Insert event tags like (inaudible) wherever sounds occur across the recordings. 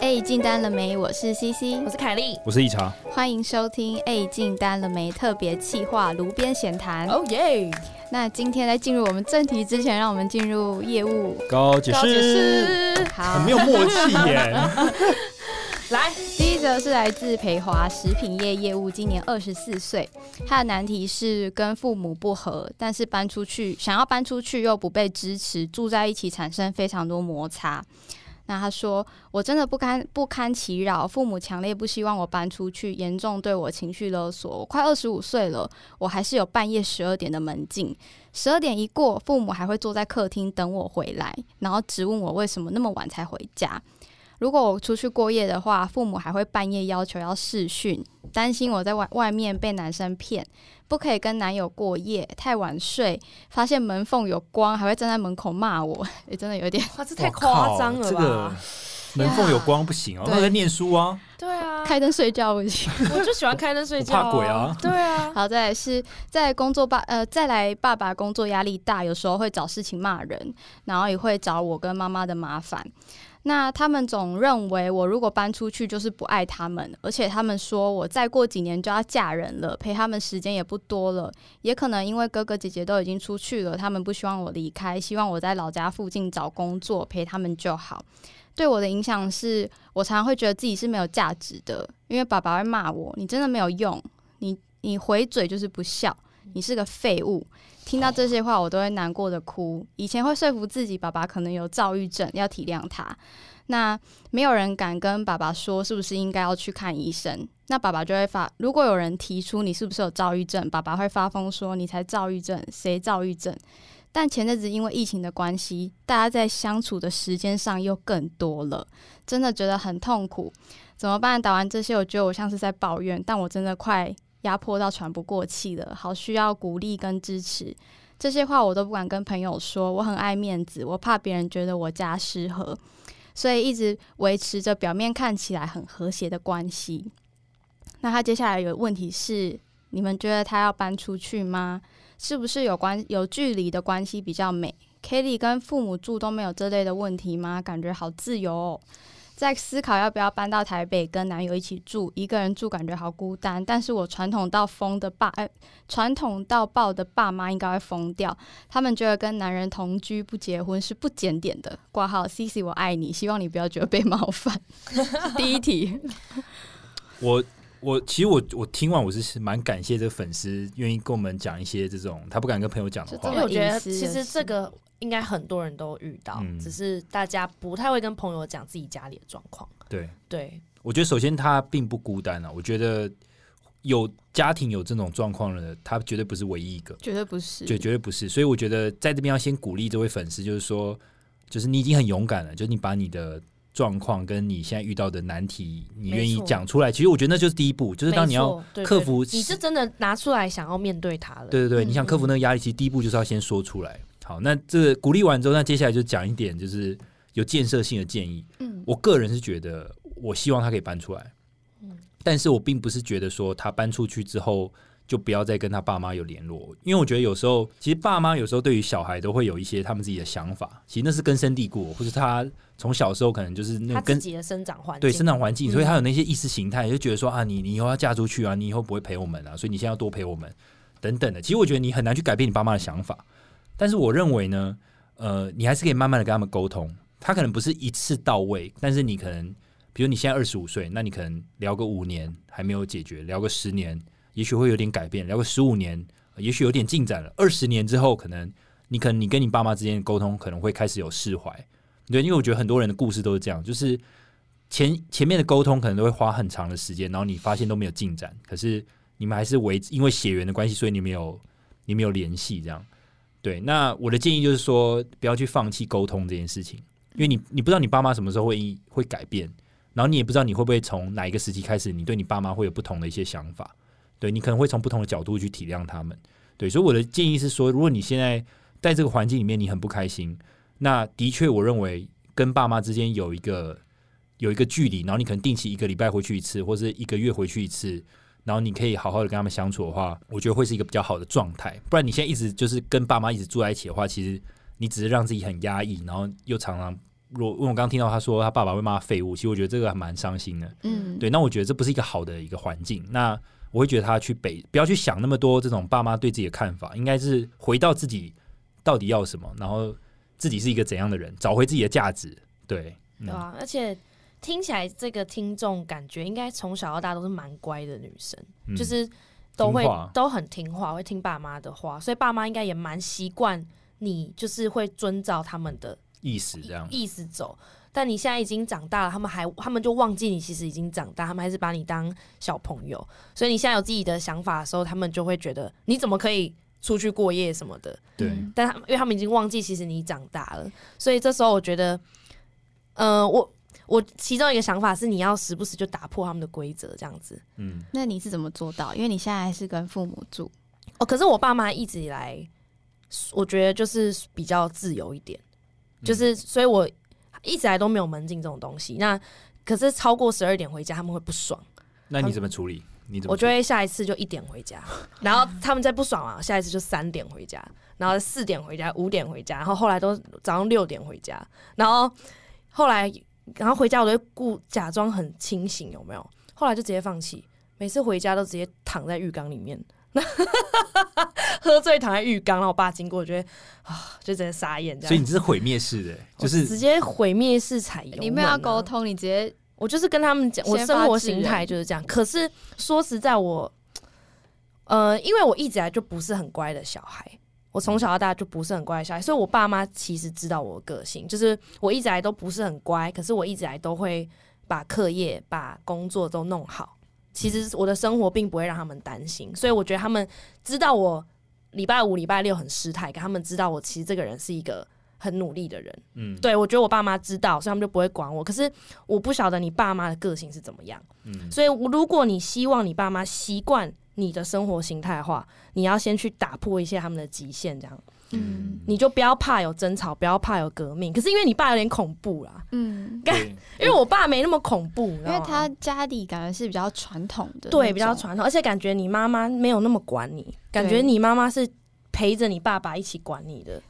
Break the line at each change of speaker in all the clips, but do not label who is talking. A 哎进单了没？我是 CC，
我是凯莉。
我是一茶，
欢迎收听 A 进单了没特别企划炉边闲谈。
哦耶！
那今天在进入我们正题之前，让我们进入业务。
高解
高解
释，
释，
好
很，没有默契耶。
来，
第一则是来自培华食品业业务，今年二十四岁，他的难题是跟父母不和，但是搬出去想要搬出去又不被支持，住在一起产生非常多摩擦。那他说：“我真的不堪不堪其扰，父母强烈不希望我搬出去，严重对我情绪勒索。我快二十五岁了，我还是有半夜十二点的门禁，十二点一过，父母还会坐在客厅等我回来，然后质问我为什么那么晚才回家。如果我出去过夜的话，父母还会半夜要求要视讯，担心我在外外面被男生骗，不可以跟男友过夜，太晚睡，发现门缝有光，还会站在门口骂我， (laughs) 也、真的有点
哇，这
哇
(laughs) 太
靠
夸张了
这个
吧？
门缝有光不行哦，
对
那我在念书啊，
对啊，
开灯睡觉不行。”
我就喜欢开灯睡觉，
我怕鬼啊！
对啊，
好，再来是在工作爸呃，再来爸爸工作压力大，有时候会找事情骂人，然后也会找我跟妈妈的麻烦。那他们总认为我如果搬出去就是不爱他们，而且他们说我再过几年就要嫁人了，陪他们时间也不多了。也可能因为哥哥姐姐都已经出去了，他们不希望我离开，希望我在老家附近找工作陪他们就好。对我的影响是我常常会觉得自己是没有价值的，因为爸爸会骂我，你真的没有用，你你回嘴就是不孝，你是个废物。听到这些话，我都会难过的哭。以前会说服自己，爸爸可能有躁郁症，要体谅他。那没有人敢跟爸爸说，是不是应该要去看医生？那爸爸就会发，如果有人提出你是不是有躁郁症，爸爸会发疯说你才躁郁症，谁躁郁症？但前阵子因为疫情的关系，大家在相处的时间上又更多了，真的觉得很痛苦。怎么办？打完这些，我觉得我像是在抱怨，但我真的快压迫到喘不过气了，好需要鼓励跟支持。这些话我都不敢跟朋友说，我很爱面子，我怕别人觉得我家失和，所以一直维持着表面看起来很和谐的关系。那他接下来有问题是，你们觉得他要搬出去吗？是不是有关有距离的关系比较美？Kelly 跟父母住都没有这类的问题吗？感觉好自由哦。在思考要不要搬到台北跟男友一起住，一个人住感觉好孤单。但是我传统到疯的爸，哎，传统到爆的爸妈应该会疯掉，他们觉得跟男人同居不结婚是不检点的。挂号，Cici 我爱你，希望你不要觉得被冒 (laughs) 犯。第一题，
我我其实我我听完我是蛮感谢这个粉丝愿意跟我们讲一些这种他不敢跟朋友讲
就
的
因
这
话
么
为。我觉
隐
得
私的
其实
事
这个应该很多人都遇到，
嗯
只是大家不太会跟朋友讲自己家里的状况。
对，
对，
我觉得首先他并不孤单啊，我觉得有家庭有这种状况的，他绝对不是唯一一个，
绝对不是，
绝绝对不是。所以我觉得在这边要先鼓励这位粉丝，就是说，就是你已经很勇敢了，就是你把你的。状况跟你现在遇到的难题，你愿
没
意
错
讲出来，其实我觉得那就是第一步，就是当你要
没错对
克
对
服
你是真的拿出来想要面对他了。
对对对，
嗯
你想克服那个压力，其实第一步就是要先说出来。好，那这个鼓励完之后，那接下来就讲一点就是有建设性的建议。
嗯，
我个人是觉得，我希望他可以搬出来，但是我并不是觉得说他搬出去之后就不要再跟他爸妈有联络，因为我觉得有时候其实爸妈有时候对于小孩都会有一些他们自己的想法，其实那是根深蒂固，或者他从小时候可能就是那
他
种
自
根
己的生长环境，
对生长环境，
嗯
所以他有那些意识形态，就觉得说啊，你你以后要嫁出去啊，你以后不会陪我们啊，所以你现在要多陪我们等等的。其实我觉得你很难去改变你爸妈的想法，但是我认为呢，呃，你还是可以慢慢的跟他们沟通。他可能不是一次到位，但是你可能，比如你现在二十五岁，那你可能聊个五年还没有解决，聊个十年也许会有点改变，聊个十五年呃也许有点进展了，二十年之后可能你可能你跟你爸妈之间的沟通可能会开始有释怀，对，因为我觉得很多人的故事都是这样，就是前前面的沟通可能都会花很长的时间，然后你发现都没有进展，可是你们还是维因为血缘的关系，所以你们有你们有联系这样。对，那我的建议就是说，不要去放弃沟通这件事情，因为你你不知道你爸妈什么时候会会改变，然后你也不知道你会不会从哪一个时期开始，你对你爸妈会有不同的一些想法，对你可能会从不同的角度去体谅他们。对，所以我的建议是说，如果你现在在这个环境里面你很不开心，那的确我认为跟爸妈之间有一个有一个距离，然后你可能定期一个礼拜回去一次，或是一个月回去一次，然后你可以好好的跟他们相处的话，我觉得会是一个比较好的状态。不然你现在一直就是跟爸妈一直住在一起的话，其实你只是让自己很压抑，然后又常常若因为我刚刚听到他说他爸爸会骂他废物，其实我觉得这个还蛮伤心的。
嗯，
对，那我觉得这不是一个好的一个环境。那我会觉得他去北，不要去想那么多这种爸妈对自己的看法，应该是回到自己到底要什么，然后自己是一个怎样的人，找回自己的价值。对，嗯
对啊，而且听起来这个听众感觉应该从小到大都是蛮乖的女生，
嗯
就是都会
听话
都很听话，会听爸妈的话，所以爸妈应该也蛮习惯你，就是会遵照他们的
意识这样。
意思走。但你现在已经长大了，他们还他们就忘记你其实已经长大，他们还是把你当小朋友。所以你现在有自己的想法的时候，他们就会觉得你怎么可以出去过夜什么的。
对，
嗯
但他们因为他们已经忘记其实你长大了，所以这时候我觉得，呃，我我其中一个想法是你要时不时就打破他们的规则这样子。
嗯，
那你是怎么做到？因为你现在还是跟父母住，
哦，可是我爸妈一直以来，我觉得就是比较自由一点，就是所以我一直以来都没有门禁这种东西。那可是超过十二点回家，他们会不爽，
那你怎么处理？你怎么
我
处
就
理？
会下一次就一点回家，然后他们再不爽啊，下一次就三点回家，然后四点回家，五点回家，然后后来都早上六点回家，然后后来然后回家我都会故假装很清醒，有没有？后来就直接放弃，每次回家都直接躺在浴缸里面， (laughs) 喝醉躺在浴缸，然后我爸经过，我觉得啊，就直接傻眼这样，
所以你这是毁灭式的，就
直
是
接毁灭式踩油、啊
你没有要沟。通，你直接
我就是跟他们讲，我
先发
生活
制
形态
人
就是这样。可是说实在，我，呃，因为我一直以来就不是很乖的小孩，我从小到大就不是很乖的小孩，所以我爸妈其实知道我的个性，就是我一直以来都不是很乖，可是我一直以来都会把课业、把工作都弄好。其实我的生活并不会让他们担心，所以我觉得他们知道我礼拜五、礼拜六很失态，可他们知道我其实这个人是一个很努力的人。
嗯
对我觉得我爸妈知道，所以他们就不会管我。可是我不晓得你爸妈的个性是怎么样，
嗯
所以如果你希望你爸妈习惯你的生活形态的话，你要先去打破一些他们的极限，这样
嗯
你就不要怕有争吵，不要怕有革命。可是因为你爸有点恐怖啦，
嗯，
对
(laughs) 因为我爸没那么恐怖，因
因为他家里感觉是比较传统的那种，
对比较传统，而且感觉你妈妈没有那么管你，感觉
对
你妈妈是陪着你爸爸一起管你的，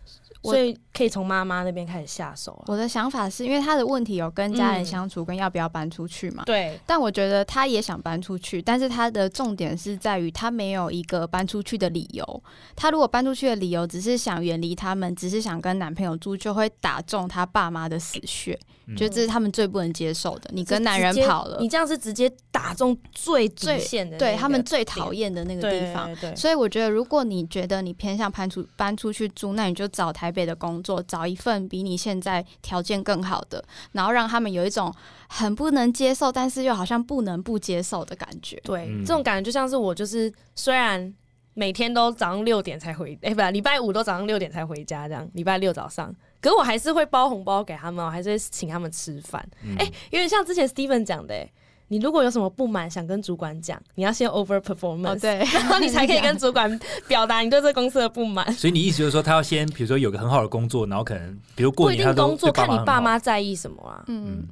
我
所以可以从妈妈那边开始下手啊。
我的想法是因为他的问题有跟家人
嗯
相处，跟要不要搬出去嘛。
对，
但我觉得他也想搬出去，但是他的重点是在于他没有一个搬出去的理由。他如果搬出去的理由只是想远离他们，只是想跟男朋友住，就会打中他爸妈的死穴，
嗯
觉得这是他们最不能接受的。你跟男人
直接
跑了
你，这样是直接打中最底
最
线的那个，
对他们最讨厌的那个
对
地方。，
对
所以我觉得，如果你觉得你偏向搬出搬出去住，那你就找台北的工作，找一份比你现在条件更好的，然后让他们有一种很不能接受，但是又好像不能不接受的感觉。
对，
嗯
这种感觉就像是我，就是虽然每天都早上六点才回，哎、不，礼拜五都早上六点才回家，这样礼拜六早上，可是我还是会包红包给他们，我还是会请他们吃饭，
嗯
有点像之前 Steven 讲的、诶你如果有什么不满想跟主管讲，你要先 over performance，、
哦，，对， (laughs)
然后你才可以跟主管表达你对这公司的不满。
所以你意思就是说，他要先，比如说有个很好的工作，然后可能比如
不
过
一
年
定
他都
工作，
对
看你
很
爸
好
妈在意什么啊。
嗯
嗯，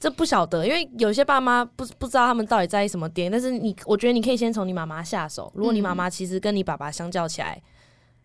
这不晓得，因为有些爸妈不不知道他们到底在意什么点，但是你，我觉得你可以先从你妈妈下手。如果你妈妈其实跟你爸爸相较起来，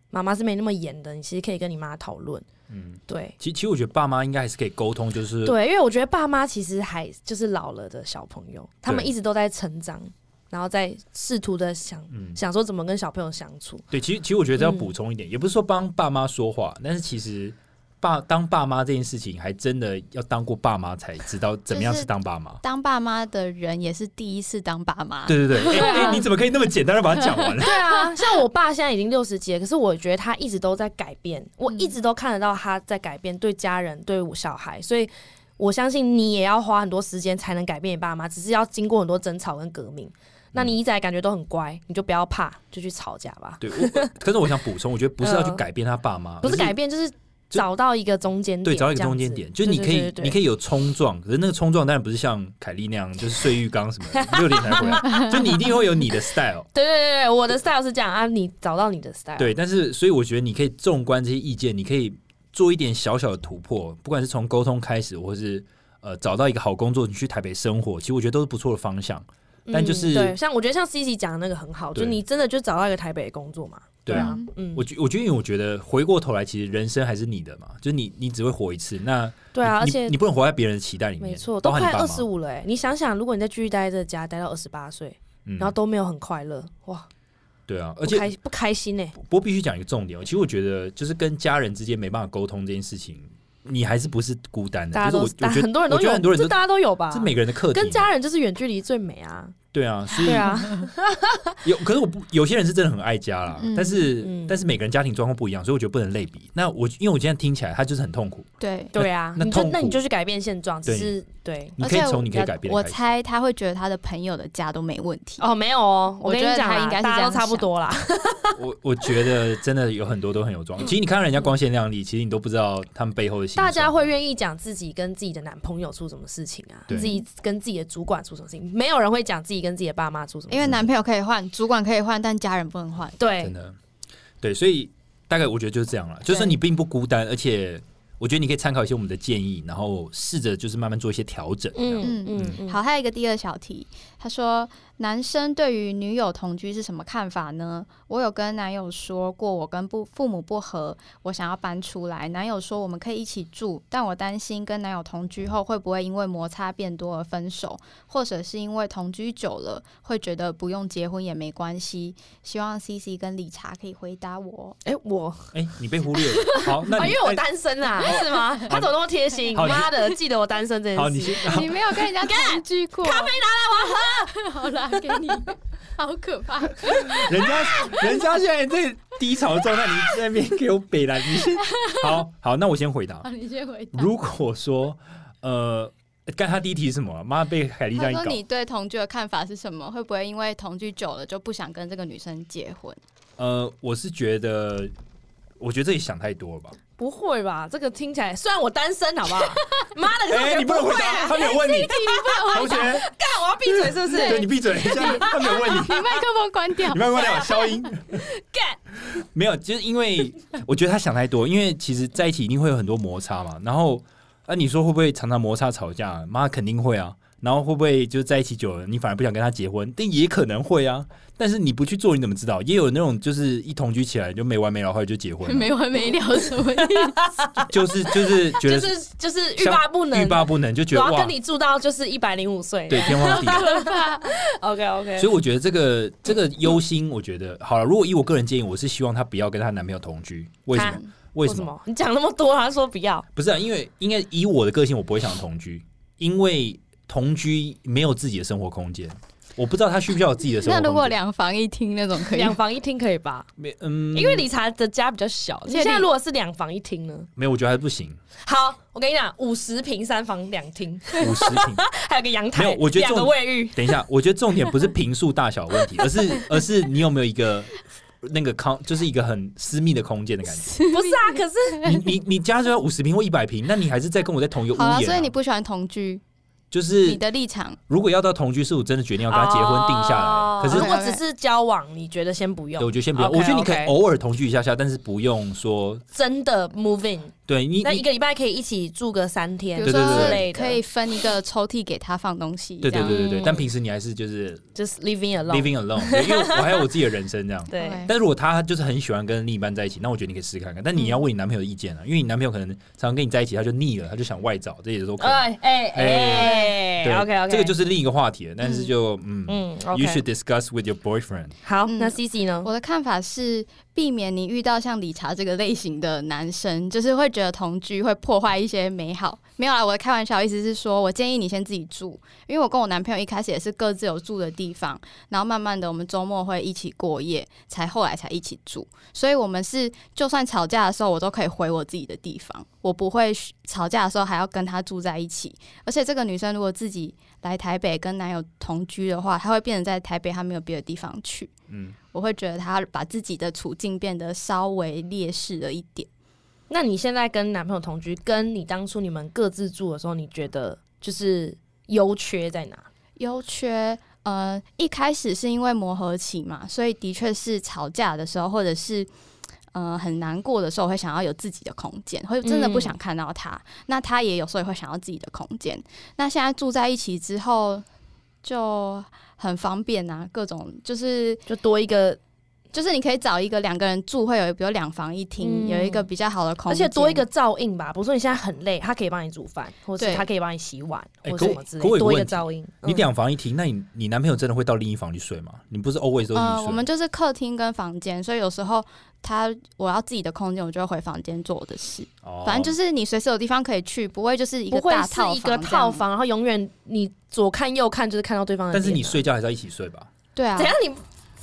妈妈是没那么严的，你其实可以跟你妈讨论。
嗯，
对
其其实我觉得爸妈应该还是可以沟通，就是
对，因为我觉得爸妈其实还就是老了的小朋友，他们一直都在成长，然后在试图的想、
嗯
想说怎么跟小朋友相处。
对，其实其实我觉得要
嗯
补充一点，也不是说帮爸妈说话，但是其实爸当爸妈这件事情，还真的要当过爸妈才知道怎么样
就是
是当爸
啊
妈。
当爸妈的人也是第一次当爸妈，
对对对，哎、
啊
哎你怎么可以那么简单的把它讲完了？ (laughs)
对啊，像我爸现在已经六十几了，可是我觉得他一直都在改变，我一直都看得到他在改变，对家人、对我小孩，所以我相信你也要花很多时间才能改变你爸妈，只是要经过很多争吵跟革命。那
嗯
你一直来感觉都很乖，你就不要怕，就去吵架吧。
对，我可是我想补充，我觉得不是要去
嗯
改变他爸妈，
不是
而
改变，就是找到一个中间点，
对，找到一个中间点，就是你可以，你可
以，
以有冲撞，可是那个冲撞当然不是像凯莉那样，就是碎浴缸什么的，六点才
(laughs)
回来，就你一定会有你的 style。
对对对对，我的 style 是这样啊，你找到你的 style，
对，但是所以我觉得你可以纵观这些意见，你可以做一点小小的突破，不管是从沟通开始，或是呃找到一个好工作，你去台北生活，其实我觉得都是不错的方向。
嗯，
但就是
对，像我觉得像 C C 讲的那个很好，就
对
你真的就找到一个台北的工作嘛，
对啊，
嗯，
我觉我觉得，因为我觉得回过头来，其实人生还是你的嘛，就是你你只会活一次，那
对啊，
你
而
你
且
你不能活在别人的期待里面，
没错，都
包含你
快
爸妈
二十，五了哎、你想想，如果你在继续待在这个家待到二十八岁，
嗯
然后都没有很快乐，哇，
对啊，
不
而且嗯
开不开心哎、
不过必须讲一个重点哦，其实我觉得就是跟家人之间没办法沟通这件事情，你还是不是孤单
大家
的，就是
都
我
大
我觉得
很多人都
我觉
有，
得很多人
这
都
大家都有吧？
这每个人的课题
啊
嘛，
跟家人就是远距离最美啊，
(laughs) 对啊，所以
对啊，
有可是我不有些人是真的很爱家啦，
嗯
但是、
嗯
但是每个人家庭状况不一样，所以我觉得不能类比。那我因为我今天听起来他就是很痛苦，
对。
对啊，
那
你就
痛苦
那你就去改变现状，只
对
是对
你
而
可以
且
从你可以改变
我
的开始。
猜他会觉得他的朋友的家都没问题。
哦，没有哦，
我
跟你
觉得
讲
他
啦，
应该是
大
这
家
样
都差不多啦，
我我觉得真的有很多都很有状况。其实你看到人家光鲜亮丽，其实你都不知道他们背后的辛酸
(laughs)
大家会愿意讲自己跟自己的男朋友出什么事情啊，
对
自己跟自己的主管出什么事情，没有人会讲自己跟自己的爸妈出什么事情，
因为男朋友可以换，主管可以换，但家人不能换。
对
真的对，所以大概我觉得就是这样了，就是你并不孤单，而且我觉得你可以参考一些我们的建议，然后试着就是慢慢做一些调整。嗯，
嗯嗯
嗯
嗯，
好，还有一个第二小题，他说男生对于女友同居是什么看法呢？我有跟男友说过，我跟不父母不和，我想要搬出来。男友说我们可以一起住，但我担心跟男友同居后会不会因为摩擦变多而分手，或者是因为同居久了会觉得不用结婚也没关系。希望 C C 跟理查可以回答我。
哎、我
哎、你被忽略了。好，那
啊，
你、
因为我
哎
单身啊，
(laughs)
是吗？他怎么那么贴心？
好你
妈的，记得我单身这
好，
件
你
事。
先
你没有跟人 (laughs) 家同居过？咖啡拿来我 (laughs) 喝。好啦，给你。好可怕！
人家人家现在在低潮的状态，你在那边给我北来，你先好好，那我先回答。
好，你先回答。
如果说呃，刚他第一题是什么啊？妈被凯莉这
他
样一
说：“
搞，
你对同居的看法是什么？会不会因为同居久了就不想跟这个女生结
(laughs)
婚？
呃，我是觉得，我觉得这里想太多了吧？
不会吧？这个听起来，虽然我单身，好不
(laughs)
好？妈的，可是我
哎、
觉
你
得
不能
会
回答，
啊。
他没有问你，同学，
干，我要闭嘴，是不
(laughs) 对
是？
你闭
(laughs)
嘴一下，他没有问你，
你麦克风关掉
你。慢慢聊，消音。
干，
没有，就是因为我觉得他想太多，因为其实在一起一定会有很多摩擦嘛。然后，啊，你说会不会常常摩擦吵架？妈，肯定会啊。然后会不会就在一起久了，你反而不想跟他结婚？但也可能会啊。但是你不去做，你怎么知道？也有那种就是一同居起来就没完没了，后来就
(laughs)
结婚了，
没完没了什么意思？
就是就是觉
就
得
是就是欲
像
罢不能，
欲罢不能，就觉
我
得
要
哇
跟，你住到就是一百零五岁。
对，天荒地老。
，OK OK。
(laughs) 所以我觉得这个这个忧心，我觉得好了。如果以我个人建议，我是希望她不要跟她男朋友同居。为什么
啊？
为
为
什么？
你讲那么多，他说不
(laughs)
要，
不是啊，因为应该以我的个性，我不会想同居，因为同居没有自己的生活空间。我不知道他需不需要有自己的生
(laughs) (laughs) 那
活空间。
如果两房一厅那种可以？
两房一厅可以吧？
没嗯，
因为理查的家比较小，
而且
现在
你
如果是两房一厅呢？
没有，我觉得还不行。
好，我跟你讲，五十平三房两厅，
五十平， (laughs)
还有个阳台，
没有我觉得
两个
重
卫浴。
等一下，我觉得重点不是平数大
(laughs)
小问题，而是而是你有没有一个那个康，就是一个很私密的空间
(laughs)
的感觉。
不是
(laughs)
啊，可是
你你你家就要五十平或一百平，那你还是在跟我在同一个屋
好了，
檐、
所以
啊
你。不喜欢同居，
就
你
是
的立场
如果要到同居，是我真的决定要跟他结婚定下来。
哦
可是
如果
OK，OK
只是交往，你觉得先不
对，
用
我，觉得先不要。
OK，
我觉得你可
OK
以偶尔同居一下下，但是不用说
真的 move in，
对你
那
你
一个礼拜可以一起住个三
比
天
如
对对对
说
之
对
类的，
可以分一个抽屉给他放东西，
对
这
对
样
对对对，
嗯
但平时你还是就是
就是 living alone。。
living alone，对因为我还有我自己的人生这样
对，
OK
但如果他就是很喜欢跟另一半在一起，那我觉得你可以试试看看。但你要问你男朋友的意见啊，因为你男朋友可能常常跟你在一起，他就腻了，他就想外找，这也都可能。
哎哎哎
对
，OK OK，
这个就是另一个话题了。但是就嗯
嗯
y o u
，OK，
should discuss with your boyfriend。
好，
嗯
那 C C 呢？
我的看法是，避免你遇到像理查这个类型的男生，就是会觉得同居会破坏一些美好。没有啦，我的开玩笑意思是说，我建议你先自己住，因为我跟我男朋友一开始也是各自有住的地方，然后慢慢的我们周末会一起过夜，才后来才一起住。所以我们是就算吵架的时候，我都可以回我自己的地方，我不会吵架的时候还要跟他住在一起。而且这个女生如果自己来台北跟男友同居的话，她会变成在台北，她没有别的地方去。
嗯，
我会觉得他把自己的处境变得稍微劣势了一点。
那你现在跟男朋友同居，跟你当初你们各自住的时候，你觉得就是优缺在哪？
优缺，呃，一开始是因为磨合期嘛，所以的确是吵架的时候，或者是呃很难过的时候，会想要有自己的空间，会真的不想看到他。那他也有时候也会想要自己的空间。那现在住在一起之后，就很方便啊，各种就是
就多一个
就是你可以找一个两个人住，会有比如两房一厅，
嗯
有一个比较好的空
而
间，
且多一个照应吧。比如说你现在很累，他可以帮你煮饭，或是
对
他可以帮你洗碗，
哎
或
可
者
我
什么之
可
类
我
的，
有
多一
问
个
题
照应。
你
嗯
两房一厅，那你你男朋友真的会到另一房去睡吗？你不是 always 都一起
嗯，
睡？
我们就是客厅跟房间，所以有时候他我要自己的空间，我就会回房间做我的事。
哦
反正就是你随时有地方可以去，不会就是一
不
个
会
大
是
套
一个
这样
套。房，然后永远你左看右看就是看到对方的脸
但
啊。
是你睡觉还是要一起睡吧？
对啊
(laughs) 怎，样？你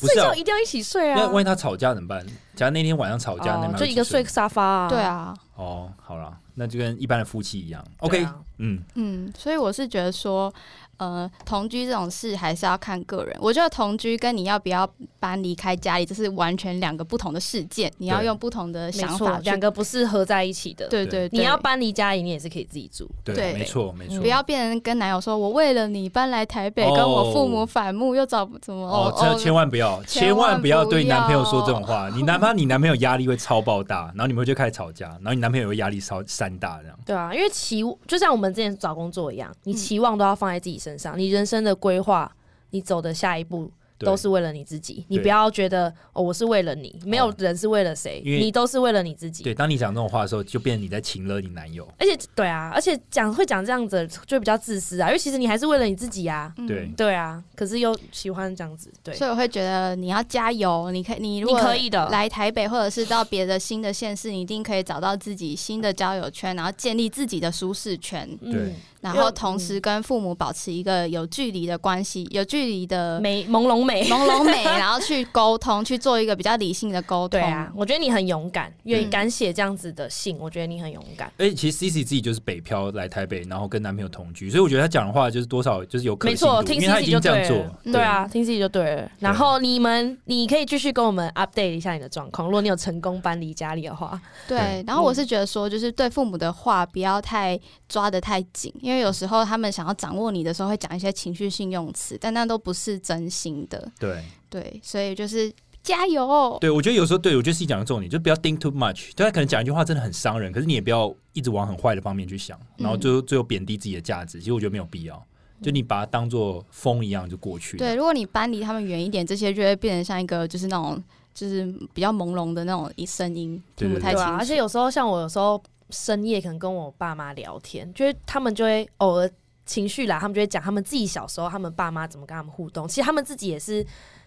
不是
睡
啊
觉一定要一起睡啊？
那万一他吵架怎么办？假如那天晚上吵架，那你
哦
们
就
要
一
起
个睡沙发啊。
对啊，
哦，好啦，那就跟一般的夫妻一样。
对
OK，
啊
嗯，
嗯，所以我是觉得说，呃，同居这种事还是要看个人。我觉得同居跟你要不要搬离开家里，这是完全两个不同的事件，你要
对
用不同的
没
想
错
法去
两。个不是合在一起的。，
对对，
对
你
对
要搬离家里，你也是可以自己住。
对，
对
没错，没错。
不要变成跟男友说，我为了你搬来台北，跟我父母反目，又找不怎么
哦，这千万不要，千
千
万
万
不
不要
要对男朋友说这种话。你哪怕你男朋友压力会超爆大，然后你们就开始吵架，然后你男朋友会压力超山大这样。
对啊，因为期就像我们之前找工作一样，你期望都要放在自己身上，你人生的规划，你走的下一步
对
都是为了你自己，你
对哦
不要觉得哦，我是为了你，没有人是为了谁，
因为
你都是为了你自己
对，。当你讲这种话的时候，就变成你在情了你男友。
而且对啊，而且讲会讲这样子就比较自私啊，因为其实你还是为了你自己啊，
嗯
对，
对啊，可是又喜欢这样子，对，
所以我会觉得你要加油，你可以，你如
你
果
可以的，
来台北或者是到别的新的县市，你一定可以找到自己新的交友圈，然后建立自己的舒适圈，
对
嗯，
然后同时跟父母保持一个有距离的关系，有距离的
美朦胧美，
朦胧美， (laughs) 然后去沟通，去做一个比较理性的沟通。
对啊，，我觉得你很勇敢，愿意
嗯
敢写这样子的信，我觉得你很勇敢。
而哎且其实 Cici 自己就是北漂来台北，然后跟男朋友同居，所以我觉得她讲的话就是多少就是有可
没
信
错，
度，
听
因为她
C
已
C 就
经这
对
样做
了，。对，啊，听 C C 就对了。然后你们，你可以继续跟我们 update 一下你的状况。如果你有成功搬离家里的话，
对
对。
然后我是觉得说，就是对父母的话不要太抓得太紧，因为有时候他们想要掌握你的时候，会讲一些情绪性用词，但那都不是真心的。
对
对，所以就是加油。
对，我觉得有时候对我觉得 Cici 讲的重点，就不要 think too much。就她可能讲一句话真的很伤人，可是你也不要一直往很坏的方面去想，然
嗯
后最后最后贬低自己的价值。其实我觉得没有必要，就你把它当做风一样就过去了。
对，如果你搬离他们远一点，这些就会变成像一个就是那种就是比较朦胧的那种一声音，
对
听不
对
太
对
清
啊。
楚。
而且有时候像我有时候深夜可能跟我爸妈聊天，就是他们就会偶尔情绪来，他们就会讲他们自己小时候他们爸妈怎么跟他们互动。其实他们自己也是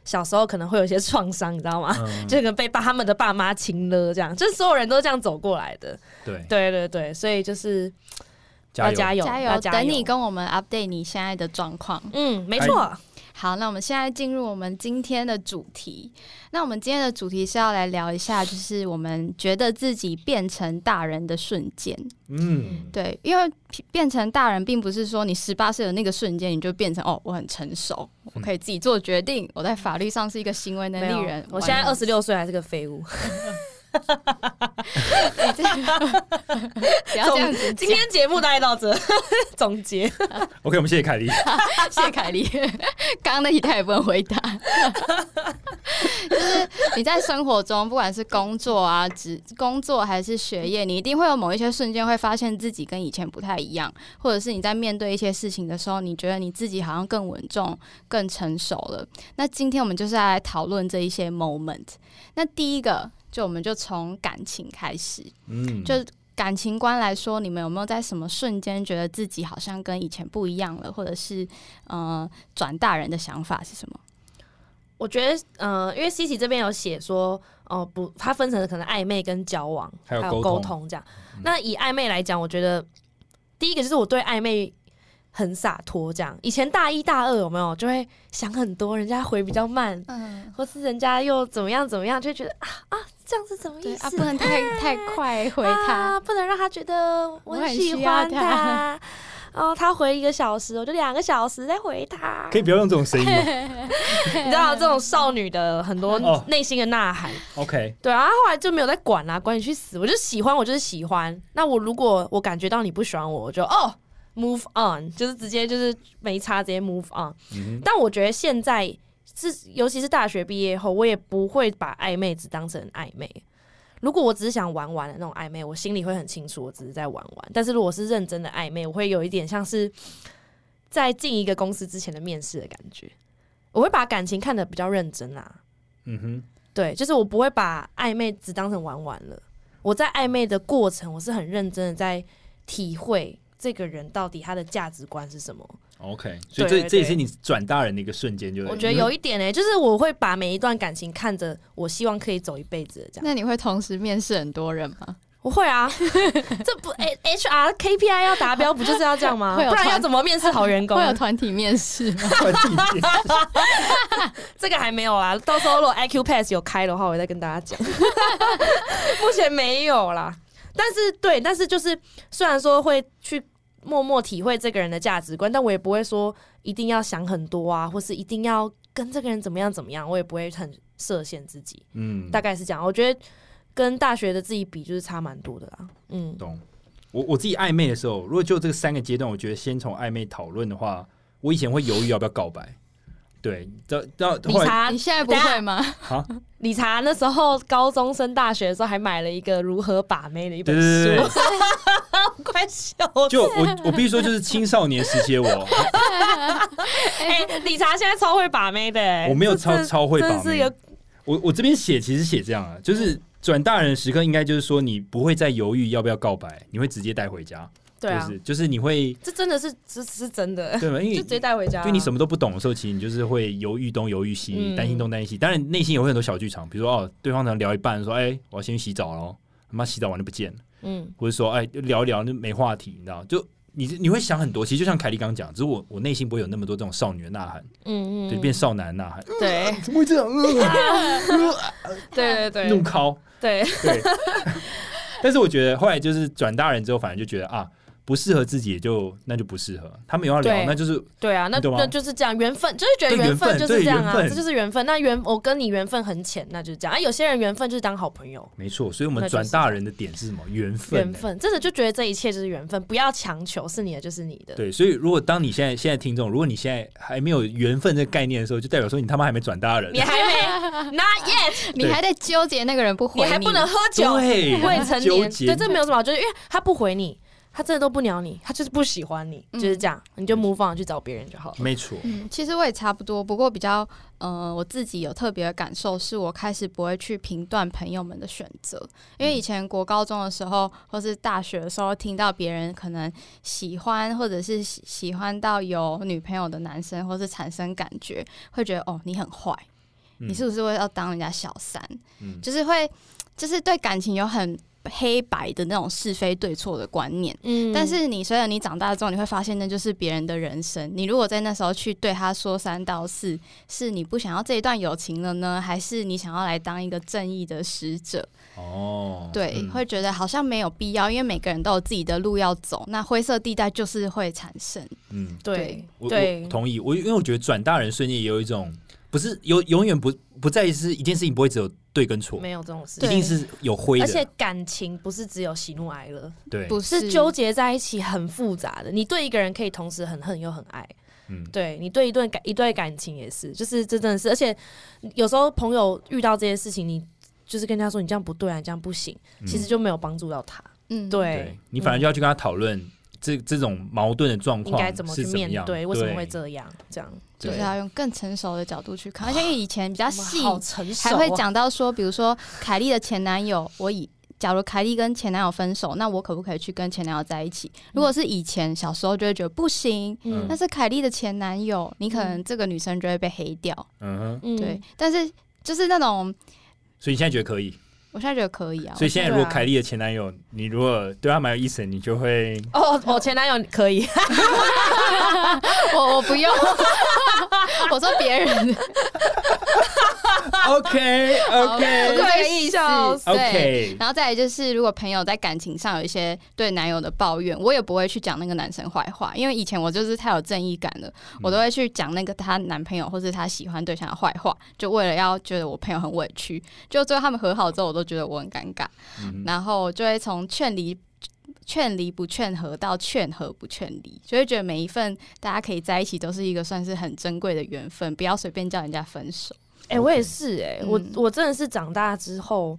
小时候可能会有一些创伤，你知道吗？
嗯，
就可能被爸他们的爸妈亲了，这样，就是所有人都这样走过来的。
对，
对对对，所以就是
加
要
油，
加油，
加
啊要
油！
加
等你跟我们 update 你现在的状况。
嗯，没错，
好，那我们现在进入我们今天的主题。那我们今天的主题是要来聊一下，就是我们觉得自己变成大人的瞬间。
嗯，
对，因为变成大人，并不是说你十八岁的那个瞬间你就变成哦，我很成熟，我可以自己做决定，我在法律上是一个行为能
没有
力人。
我现在
完
二十六岁还是个废物。
(laughs) 不要这样子
今天节目大概到 (laughs) 这，总结。
OK，我们谢谢凯
(laughs)
莉。
谢凯丽，刚刚那题他也不能回答。就是你在生活中，不管是工作啊、职工作还是学业，你一定会有某一些瞬间会发现自己跟以前不太一样，或者是你在面对一些事情的时候，你觉得你自己好像更稳重、更成熟了。那今天我们就是要来讨论这一些 moment。那第一个，就我们就从感情开始，
嗯，
就感情观来说，你们有没有在什么瞬间觉得自己好像跟以前不一样了，或者是呃转大人的想法是什么？
我觉得，呃，因为 C C 这边有写说，哦、不，它分成可能暧昧跟交往，
还有沟
沟
通
这样。那以暧昧来讲，我觉得第一个就是我对暧昧很洒脱，这样。以前大一大二有没有就会想很多，人家回比较慢，
嗯，
或是人家又怎么样怎么样，就觉得啊啊，这样是什么
对
意
啊，
思？
不能太太快回他。
啊，不能让他觉得我
我很
喜
需要
欢
他
他。哦，他回一个小时，我就两个小时再回他。
可以不要用这种声
(laughs)
音吗
啊
你知道这种少女的很多
哦
内心的呐喊，
？OK，
对啊，她后来就没有再管啦、管你去死，我就喜欢，我就是喜欢。那我如果我感觉到你不喜欢我，我就哦，move on，就是直接就是没差，直接 move on。
嗯
但我觉得现在是，尤其是大学毕业后，我也不会把暧昧只当成暧昧。如果我只是想玩玩的那种暧昧，我心里会很清楚，我只是在玩玩。但是如果是认真的暧昧，我会有一点像是在进一个公司之前的面试的感觉。我会把感情看得比较认真啊，
嗯哼，
对，就是我不会把暧昧只当成玩玩了。我在暧昧的过程，我是很认真的在体会这个人到底他的价值观是什么。
OK，所
对
以这
对
这也是你转大人的一个瞬间，就是
我觉得
(laughs)
有一点呢、欸就是我会把每一段感情看着我希望可以走一辈子的这样。
那你会同时面试很多人吗？
我会啊， (laughs) 这不欸 H R K P I 要达标，不就是要这样吗？
会有
不然
团
要怎么面试好员工
(laughs) 会？有团体面试吗？
(laughs) 这个还没有啊，到时候如果 IQ Pass 有开的话，我再跟大家讲。 (laughs) 目前没有啦，但是对，但是就是虽然说会去默默体会这个人的价值观，但我也不会说一定要想很多啊，或是一定要跟这个人怎么样怎么样，我也不会很设限自己，
嗯
(laughs) 大概是这样。我觉得跟大学的自己比，就是差蛮多的啦。嗯，
懂。我我自己暧昧的时候，如果就这三个阶段，我觉得先从暧昧讨论的话，我以前会犹豫要不要告白。对，到到
理
后来
查
(laughs) 你，现在不会吗？
啊，
理查那时候高中升大学的时候，还买了一个如何把妹的一
对
本
对对
书， (laughs)
对，
快笑哦死
就我我必须说，就是青少年时期
(laughs)
的我，
哎、理查现在超会把妹的、欸，
我没有
这
超
这
超会把
这是
妹
一个
我我这边写其实写这样啊，就是转大人的时刻，应该就是说你不会再犹豫要不要告白，你会直接带回家，
对啊，
就是就是你会
这真的是这是真的，
对吧？因
就
为
直接带回家、
就你什么都不懂的时候，其实你就是会犹豫东犹豫西，
啊嗯
担心东担心西。当然内心也会很多小剧场，比如说哦，对方可能聊一半说，哎、我要先去洗澡喽，他妈洗澡完就不见了，
嗯，
或者说哎、聊一聊就没话题，你知道？就你你会想很多。其实就像凯莉刚刚讲，只是我我内心不会有那么多这种少女的呐喊，
嗯嗯，
对，变少男的呐喊，
对
怎么会这样？呃
对对
怒
对
敲。
对，
对，但是我觉得后来就是转大人之后，反正就觉得啊，不适合自己也就那就不适合。他们有要聊
对，
那就是
对啊，那
你懂吗
那就是这样，缘分就是觉得
对
缘
缘分
就是这样
对缘
啊，
分
这就是缘分。那缘我跟你缘分很浅，那就是这样啊。有些人缘分就是当好朋友，
没错。所以我们
那就是
转大人的点是什么？缘分、欸
缘分真的就觉得这一切就是缘分，不要强求，是你的就是你的。
对，所以如果当你现在现在听众，如果你现在还没有缘分这个概念的时候，就代表说你他妈还没转大
(laughs)
人
你。还没 not (laughs) yet，
你还在纠结那个人不回
你还不能喝酒，
对，
未成
纠
年，
结
对，这没有什么好，就是因为他不回你，他真的都不鸟你，他就是不喜欢你，
嗯
就是这样，你就 move on 去找别人就好了。
没错，
嗯，其实我也差不多，不过比较，呃，我自己有特别的感受，是我开始不会去评断朋友们的选择，因为以前国高中的时候，或是大学的时候，听到别人可能喜欢，或者是喜喜欢到有女朋友的男生，或是产生感觉，会觉得哦，你很坏，
嗯
你是不是会要当人家小三？
嗯
就是会，就是对感情有很黑白的那种是非对错的观念。
嗯
但是你随着你长大之后，你会发现那就是别人的人生。你如果在那时候去对他说三道四，是你不想要这一段友情了呢，还是你想要来当一个正义的使者？
哦，
对，
嗯
会觉得好像没有必要，因为每个人都有自己的路要走，那灰色地带就是会产生。
嗯，
对
我我
对
同意。我因为我觉得转大人瞬间也有一种，不是永永远不不再是一件事情不会只有对跟错，
没有这种事情，
一
对
定是有灰的，
而且感情不是只有喜怒哀乐，
对，
不
是纠结在一起很复杂的。你对一个人可以同时很恨又很爱，
嗯
对你对一段感一段感情也是，就是这真的是，而且有时候朋友遇到这些事情，你就是跟他说你这样不对啊，你这样不行，其实就没有帮助到他。
嗯，
对
对你反而就要去跟他讨论这这种矛盾的状
应
况
该怎么去
是怎
面
么样
对，为什么会？这样？这样
就
对
是要用更成熟的角度去看，而且因为以前比较细
好成熟、
还会，
啊
讲到说，比如说凯莉的前男友，我以假如凯莉跟前男友分手，那我可不可以去跟前男友在一起？如果是以前小时候就会觉得不行，
嗯
那是凯莉的前男友，你可能这个女生就会被黑掉。
嗯哼，
嗯
(laughs) 对，，但是就是那种，
所以你现在觉得可以？
我现在觉得可以啊。
所以现在如果
对啊
凯莉的前男友，你如果对他蛮有意思，你就会
哦，我前男友可以，
我我不用， (laughs) 我说别人
(laughs)
(laughs)
OK
不
OK
是这个意思
笑死。
对。
OK，
然后再来就是，如果朋友在感情上有一些对男友的抱怨，我也不会去讲那个男生坏话，因为以前我就是太有正义感了，我都会去讲那个她男朋友或是她喜欢对象的坏话，就为了要觉得我朋友很委屈。就最后他们和好之后，我都觉得我很尴尬，
嗯
然后就会从劝离。劝离不劝和到劝和不劝离，就会觉得每一份大家可以在一起都是一个算是很珍贵的缘分，不要随便叫人家分手。
哎、我也是哎、我
嗯
我真的是长大之后，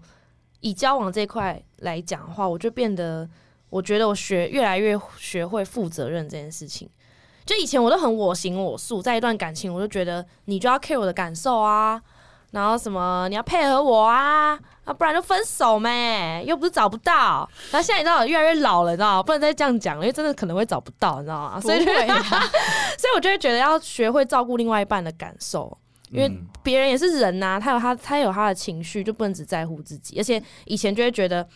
以交往这一块来讲的话，我就变得，我觉得我学越来越学会负责任这件事情。就以前我都很我行我素，在一段感情，我就觉得你就要 care 我的感受啊，然后什么你要配合我啊，啊不然就分手呗，又不是找不到。然后现在你知道越来越老了，你知道不能再这样讲了，因为真的可能会找不到，你知道吗？哦所以就
不
会
会
(laughs)
啊
所以我就会觉得要学会照顾另外一半的感受，因为
嗯
别人也是人呐、他有他他有他的情绪，就不能只在乎自己。而且以前就会觉得，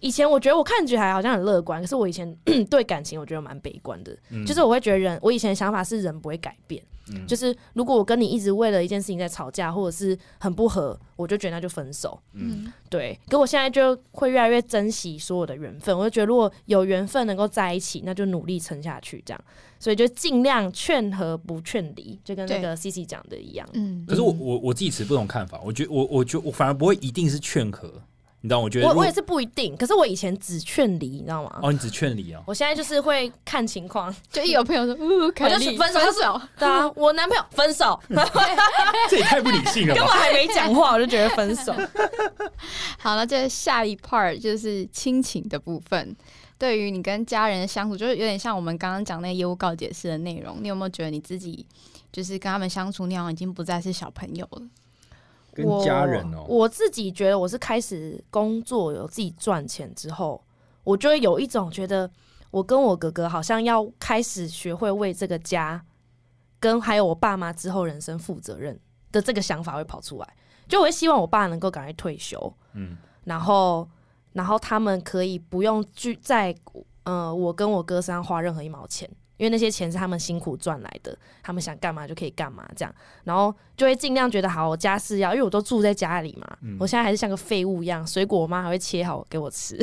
以前我觉得我看起来好像很乐观，可是我以前 (clears throat) 对感情我觉得蛮悲观的，
嗯
就是我会觉得人，我以前的想法是人不会改变，
嗯
就是如果我跟你一直为了一件事情在吵架，或者是很不合，我就觉得那就分手。
嗯，
对，可我现在就会越来越珍惜所有的缘分，我就觉得如果有缘分能够在一起，那就努力撑下去，这样，所以就尽量劝和不劝离，就跟那
对
个 C C 讲的一样。
嗯
可是我我我自己持不同看法，我觉我我觉我反而不会一定是劝和，你知道？我觉得
我
如果
我也是不一定，可是我以前只劝离，你知道吗？
哦，你只劝离
(laughs)
哦，
我现在就是会看情
(laughs)
况，
就一有朋友说，呜，凯
我就
莉
是分手
分手，
对啊，我男朋友分手，
(laughs) 这也太不理性了
根本
吧？
还没讲话，我就觉得分手。
好了，这下一 part 就是亲情的部分。对于你跟家人的相处，就是有点像我们刚刚讲那个业务告解式的内容。你有没有觉得你自己就是跟他们相处，你好像已经不再是小朋友了？
跟家人哦，
我，我自己觉得我是开始工作有自己赚钱之后，我就会有一种觉得，我跟我哥哥好像要开始学会为这个家，跟还有我爸妈之后人生负责任的这个想法会跑出来，就我会希望我爸能够赶快退休，
嗯
然后然后他们可以不用去在呃我跟我哥身上花任何一毛钱，因为那些钱是他们辛苦赚来的，他们想干嘛就可以干嘛这样，然后就会尽量觉得好，我家事要，因为我都住在家里嘛，
嗯
我现在还是像个废物一样，水果我妈还会切好给我
(laughs)
吃，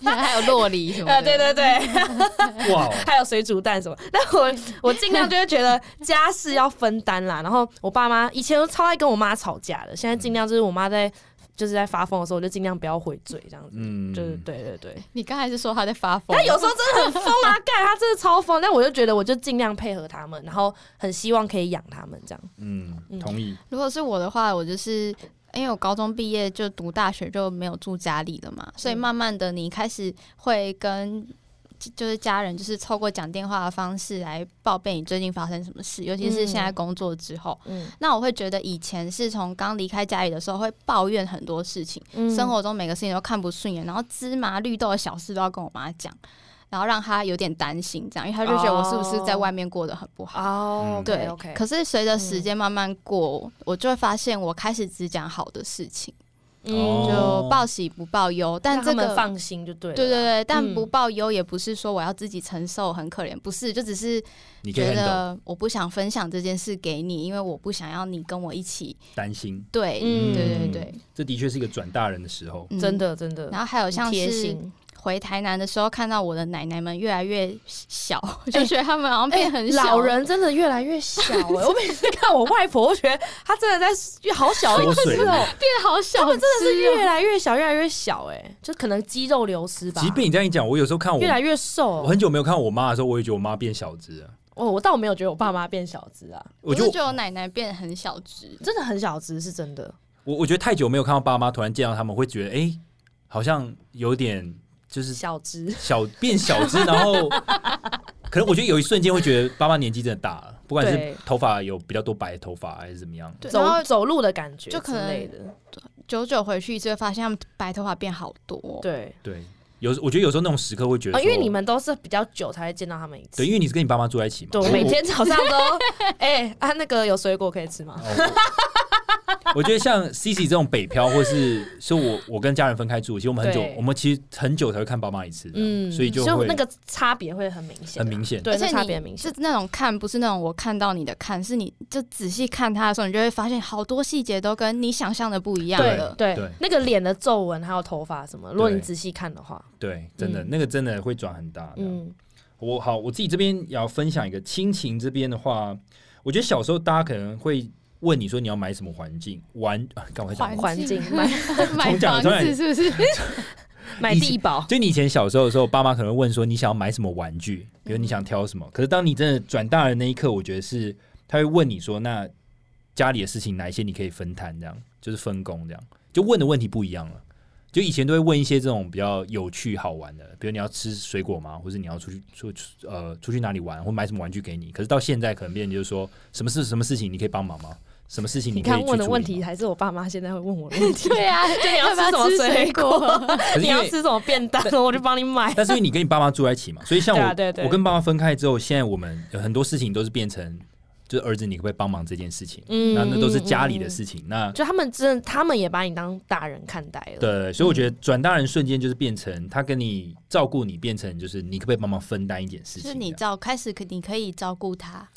(laughs) 还有洛梨什么 (laughs) 的，
啊对对对，
哇哦，
还有水煮蛋什么。但我我尽量就会觉得家事要分担啦。然后我爸妈以前都超爱跟我妈吵架的，现在尽量就是我妈在就是在发疯的时候，我就尽量不要回嘴这样子。(laughs)
嗯，
就是对对对，
你刚才是说他在发疯
他，有时候真的很疯啊， (laughs) 干他真的超疯，但我就觉得我就尽量配合他们，然后很希望可以养他们这样。
嗯，同意，
如果是我的话，我就是因为我高中毕业就读大学就没有住家里了嘛，所以
嗯
慢慢的你开始会跟就就是家人就是透过讲电话的方式来报备你最近发生什么事，尤其是现在
嗯
工作之后。
嗯，
那我会觉得以前是从刚离开家里的时候会抱怨很多事情，
嗯
生活中每个事情都看不顺眼，然后芝麻绿豆的小事都要跟我妈讲，然后让她有点担心，这样，因为她就觉得我是不是在外面过得很不好。
哦，
嗯
对
OK，嗯
可是随着时间慢慢过，我就会发现我开始只讲好的事情，
哦
就报喜不报忧。但
让他
这
们
个
放心就对了。
对对对，但
嗯
不报忧也不是说我要自己承受很可怜，不是，就只是
你可以
觉
handle
得我不想分享这件事给你，因为我不想要你跟我一起。
担心，
对，
嗯
对对对，
这的确是一个转大人的时候，
嗯
真。的真的，
然后还有像
很贴
是
心。
回台南的时候，看到我的奶奶们越来越小， (laughs) 我就觉得他们好像
哎，
变很小了、
老人真的越来越小哎、我每次看我外婆，我觉得她真的在好小一个哦
缩水
肌肉，
变好小、
他们真的是越来越小，越来越小哎、就可能肌肉流失吧，
即便你这样一讲，我有时候看我
越来越
我
瘦。
很久没有看我妈的时候，我也觉得我妈变小只了，
哦，我倒没有觉得我爸妈变小只啊，
我
就
就
觉得我奶奶变得很小只。
真的很小只是真的。
我我觉得太久没有看到爸妈，突然见到他们会觉得，哎、好像有点就是
小只，
小变小只，然后可能我觉得有一瞬间会觉得爸妈年纪真的大了，不管
对
是头发有比较多白的头发还是怎么样，
对，然后
走走路的感觉
就可
之
能
类的，
久久回去一次，会发现他们白头发变好多。
对
对，有我觉得有时候那种时刻会觉
啊，
得哦说、
因为你们都是比较久才会见到他们一次
对，。因为你是跟你爸妈住在一起嘛，
对，我
所以
每天早上都， (laughs) 哎、啊，那个有水果可以吃吗？
哦我我觉得像 Cici 这种北漂，或是说我我跟家人分开住，其实我们很久
对，
我们其实很久才会看爸妈一次的，
嗯，
所以就
所
会
以那个差别会很明显啊、
很明显
对，
而且
那
你
差别很明显
是。那种看，不是那种我看到你的看，是你就仔细看他的时候，你就会发现好多细节都跟你想象的不一样
对
了。
对
对，
那个脸的皱纹还有头发什么，如果你
对
仔细看的话，
对，真的、
嗯
那个真的会转很大的。
嗯，
我好，我自己这边也要分享一个亲情这边的话，我觉得小时候大家可能会问你说你要买什么环境玩， (laughs) 啊干嘛讲
环？
环境
境
(laughs) 买
买
从讲
房
的突
子
然
是不是？
买地保，
就你以前小时候的时候，爸妈可能会问说你想要买什么玩具，比如你想挑
嗯
什么。可是当你真的转大人那一刻，我觉得是他会问你说，那家里的事情哪一些你可以分摊，这样就是分工，这样就问的问题不一样了。就以前都会问一些这种比较有趣好玩的，比如你要吃水果吗？或者你要出去出出呃出去哪里玩，或买什么玩具给你。可是到现在可能变成就是说，什么事什么事情你可以帮忙吗？什么事情
你
可以
看
去
问的
处
问
理
题
嘛
还是我爸妈现在会问我的问 (laughs) 题，
对啊，
就你要
要
吃
不要
什么
吃
水
水
(laughs)
果
果， (laughs)
可是
你
因
要
为
吃什么便当，我就帮你 (laughs) 买。
但是因为你跟你爸妈住在一起嘛，所以像我，
对啊对对
我跟爸妈分开之后，现在我们有很多事情都是变成，就是儿子你可不可以帮忙这件事情？
嗯
那那都是家里的事情。那
就他们真的，他们也把你当大人看待了。
对，所以我觉得转大人瞬间就是变成他跟你照顾你，变成就是你可不可以帮忙分担一点事
就
情这
是
样？
你照开始可你可以照顾他，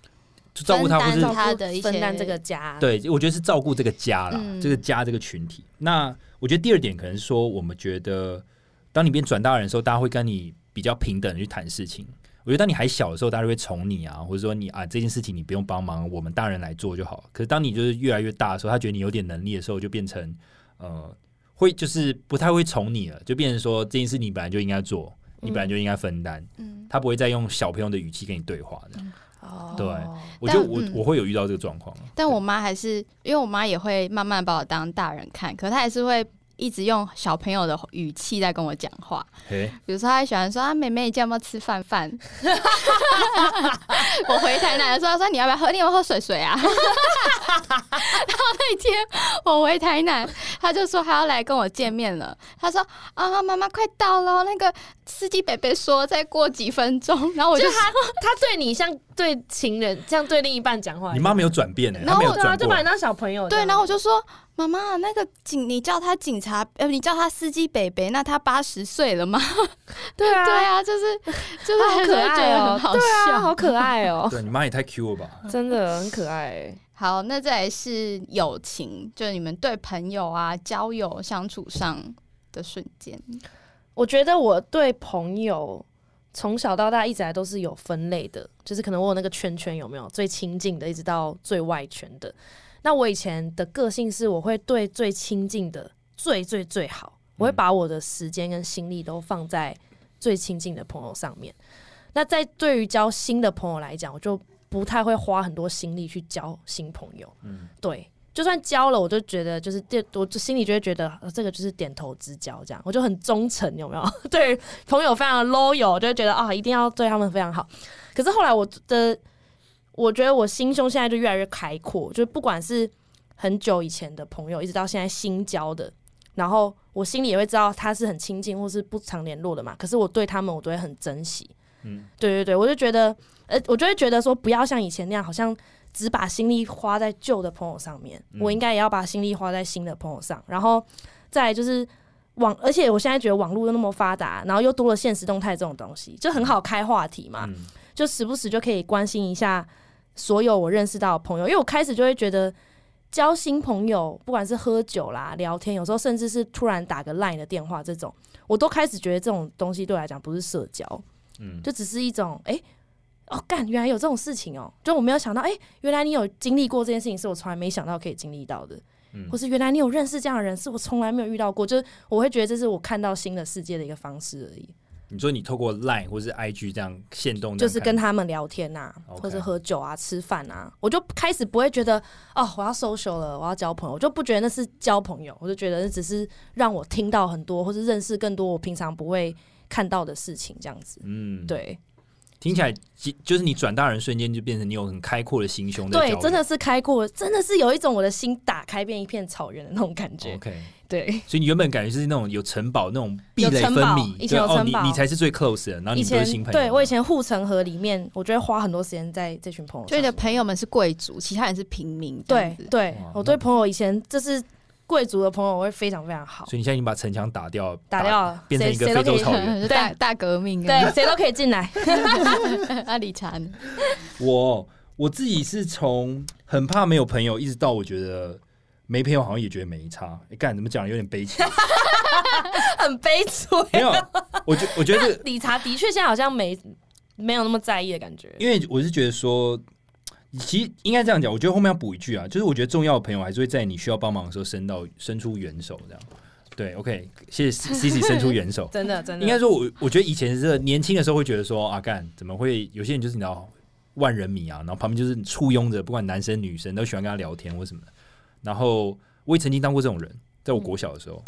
就照顾他，
分
或
担
是
照他的一些
分担这个家，，
对，我觉得是照顾这个家啦，
嗯
这个家这个群体。那我觉得第二点可能是说，我们觉得当你变转大人的时候，大家会跟你比较平等的去谈事情。我觉得当你还小的时候，大家会宠你啊，或者说你啊这件事情你不用帮忙，我们大人来做就好。可是当你就是越来越大的时候，他觉得你有点能力的时候，就变成呃会就是不太会宠你了，就变成说这件事你本来就应该做，你本来就应该分担，
嗯，
他不会再用小朋友的语气跟你对话的。
哦
对我觉得我、
嗯
我会有遇到这个状况啊，
但我妈还是因为我妈也会慢慢把我当大人看，可她还是会一直用小朋友的语气在跟我讲话，
嘿
比如说她喜欢说啊妹妹，你今天要不要吃饭饭？ (laughs) 我回台南的时候，她说你要不要喝，你有没有喝水水啊？然 (laughs) 后那一天我回台南，她就说她要来跟我见面了，她说啊妈妈快到了，那个司机北北说再过几分钟，然后我就
就他他对你像对情人，像对另一半讲话一样。
你妈没有转变呢、欸
然
她
后
没有
对
转
啊，
过。
就把你当小朋友这
对，
样。
然后我就说妈妈，那个警，你叫他警察，呃，你叫他司机北北，那他八十岁了吗？ (laughs)
对啊，
对啊，
(laughs)
就是就是
他好可
还是会觉
爱
得
哦
很，好
对啊，
笑。
好可爱
(laughs)
哦，
对你妈也太 Q 了吧？
真的很可爱。
好，那再来是友情，就是你们对朋友啊、交友相处上的瞬间。
我觉得我对朋友从小到大一直来都是有分类的，就是可能我有那个圈圈有没有最亲近的，一直到最外圈的。那我以前的个性是，我会对最亲近的最最最好，我会把我的时间跟心力都放在最亲近的朋友上面。那在对于交新的朋友来讲，我就不太会花很多心力去交新朋友。
嗯
对，就算交了，我就觉得就是这，我就心里就会觉得、呃这个就是点头之交这样，我就很忠诚，有没 (laughs) 有？对朋友非常的 loyal，就会觉得啊、一定要对他们非常好。可是后来我的，我觉得我心胸现在就越来越开阔，就是不管是很久以前的朋友，一直到现在新交的，然后我心里也会知道他是很亲近或是不常联络的嘛。可是我对他们，我都会很珍惜。
嗯，
对对对，我就觉得，呃，我就会觉得说，不要像以前那样，好像只把心力花在旧的朋友上面，
嗯
我应该也要把心力花在新的朋友上。然后再来就是网，而且我现在觉得网络又那么发达，然后又多了现实动态这种东西，就很好开话题嘛，
嗯
就时不时就可以关心一下所有我认识到的朋友，因为我开始就会觉得。交新朋友，不管是喝酒啦、聊天，有时候甚至是突然打个 LINE 的电话这种，我都开始觉得这种东西对我来讲不是社交，
嗯，
就只是一种哎、诶哦，干，原来有这种事情哦，就我没有想到，哎、原来你有经历过这件事情，是我从来没想到可以经历到的，
嗯
或是原来你有认识这样的人，是我从来没有遇到过，就是我会觉得这是我看到新的世界的一个方式而已，
你说你透过 Line 或是 IG 这样限动这
就
样看，
是跟他们聊天呐、
OK
或者喝酒啊、吃饭啊，我就开始不会觉得哦，我要 social 了，我要交朋友，我就不觉得那是交朋友，我就觉得那只是让我听到很多，或是认识更多我平常不会看到的事情，这样子，
嗯，，
对。
听起来即就是你转大人瞬间就变成你有很开阔的心胸在交
对，
流
真的是开阔，真的是有一种我的心打开变一片草原的那种感觉。
哦 OK。
对，
所以你原本感觉是那种有城堡那种壁
有
垒
城
分
堡
明，
以
对
前有
哦，
城
你
堡
你才是最 close 的，然后
以
啊你不
前
是新朋友，
对我以前护城河里面，我就会花很多时间在这群朋友
就
上
你的
面。
朋友们是贵族，其他人是平民，这样
对
子。
(laughs)
对
哇，
我对
那
朋友以前就是贵族的朋友，我会非常非常好
所，以你现在已经把城墙打掉，
打掉了
变成
谁
一个
谁
非
都可
洲
以
(laughs)
草原。
就大大革命， (laughs)
对，谁都可以进来。
阿理查呢，
我我自己是从很怕没有朋友，一直到我觉得没朋友好像也觉得没差。哎干怎么讲有点悲情？
(laughs) 很悲催。
没有，我觉我觉得这个
理查的确现在好像没没有那么在意的感觉。
因为我是觉得说，其实应该这样讲，我觉得后面要补一句啊，就是我觉得重要的朋友还是会在你需要帮忙的时候伸到伸出援手，这样。对，OK，谢谢 C C 伸出援手。
真的 (laughs) 真的，
应该说我，我觉得以前是年轻的时候会觉得说，啊，干怎么会有些人就是你知道万人迷啊，然后旁边就是簇拥着，不管男生女生都喜欢跟他聊天或什么的。然后我也曾经当过这种人，在我国小的时候，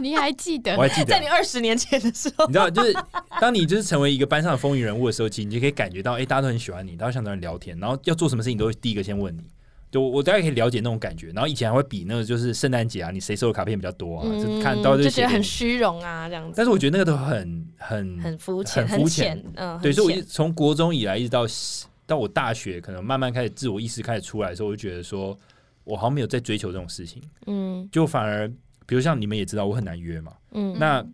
你还记得
我？还记
嗯
得
在你，二十年前的时候，
(laughs) 你知道，就是当你就是成为一个班上的风云人物的时候，其实你就可以感觉到，哎、大家都很喜欢你，大家想找你聊天，然后要做什么事情都会第一个先问你。就我我大概可以了解那种感觉。然后以前还会比那个就是圣诞节啊，你谁收的卡片比较多啊，
嗯
就看到
就
就
觉
写
得
给
很
你。
虚荣啊，这样子，
但是我觉得那个都很很
很肤浅，
很
很
肤
浅
浅，
嗯，
对，
很
所以我
浅
一直从国中以来一直到到我大学，可能慢慢开始自我意识开始出来的时候，我就觉得说我好像没有在追求这种事情，
嗯
就反而比如像你们也知道我很难约嘛，
嗯
那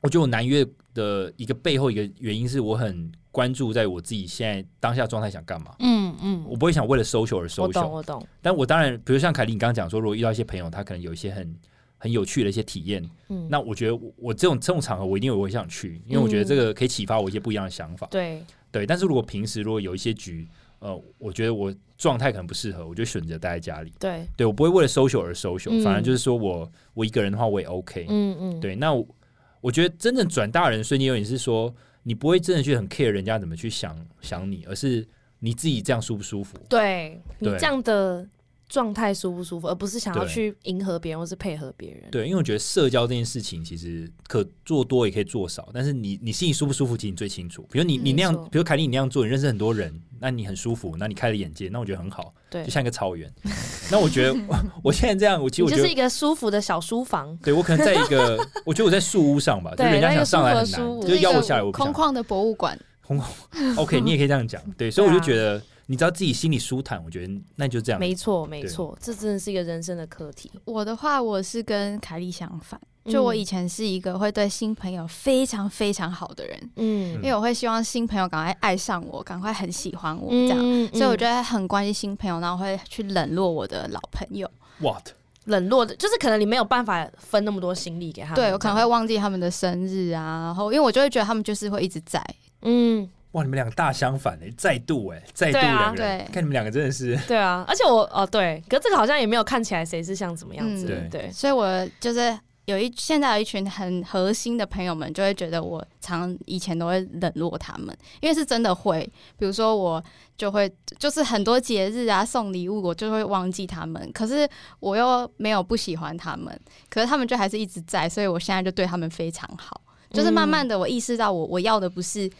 我觉得我难约的一个背后一个原因是我很关注在我自己现在当下状态想干嘛。
嗯嗯，
我不会想为了 social 而
我懂
social，
我懂，
但我当然，比如像凯莉你刚刚讲说，如果遇到一些朋友，他可能有一些很很有趣的一些体验，
嗯，
那我觉得我我这种这种场合，我一定我会想去，因为我觉得
嗯
这个可以启发我一些不一样的想法。
对，
对，但是如果平时如果有一些局，呃，我觉得我状态可能不适合，我就选择待在家里。
对，
对我不会为了 social 而 social，、
嗯
反而就是说我我一个人的话我也 OK、
嗯嗯，
对，那我我觉得真正转大人的瞬间有点是说，你不会真的去很 care 人家怎么去想想你，而是你自己这样舒不舒服。
对你
对
这样的状态舒不舒服，而不是想要
对
去迎合别人或是配合别人。
对，因为我觉得社交这件事情其实可做多也可以做少，但是你你心里舒不舒服，其实你最清楚。比如你你
嗯没
那样
错，
比如凯莉你那样做，你认识很多人，那你很舒服，那你开了眼界，那我觉得很好，
对
就，像一个草原。那我觉
(laughs)
得我我现在这样，我其实
你
我
就
觉
是
得
一，个舒服的小书房，
对我可能在一个， (laughs) 我觉得我在树屋上吧，就
对
人家
那
想
个
上来很
舒服的树屋
难，就
一
要
个
我下来，我不
空
想。
旷的博物馆，
(laughs)
OK，你也可以这样讲，对，所以我
对啊
就觉得你只要自己心里舒坦，我觉得那就这样。
没错没
对
错，这真的是一个人生的课题。
我的话我是跟凯莉相反，
嗯
就我以前是一个会对新朋友非常非常好的人，
嗯
因为我会希望新朋友赶快爱上我，赶快很喜欢我这样。
嗯
所以我
得
觉得很关心新朋友，然后会去冷落我的老朋友，
What？
冷落的，就是可能你没有办法分那么多心力给他们。
对我可能会忘记他们的生日啊，然后因为我就会觉得他们就是会一直在，
嗯，
哇，你们两个大相反嘞，再度哎，再度
对啊
两个人，
对
看你们两个真的是
对啊，而且我哦对，可这个好像也没有看起来谁是像怎么样子，
嗯对
对，
所以我就是有一现在有一群很核心的朋友们，就会觉得我常以前都会冷落他们，因为是真的会，比如说我就会就是很多节日啊送礼物，我就会忘记他们，可是我又没有不喜欢他们，可是他们就还是一直在，所以我现在就对他们非常好，就是慢慢的我意识到我我要的不是。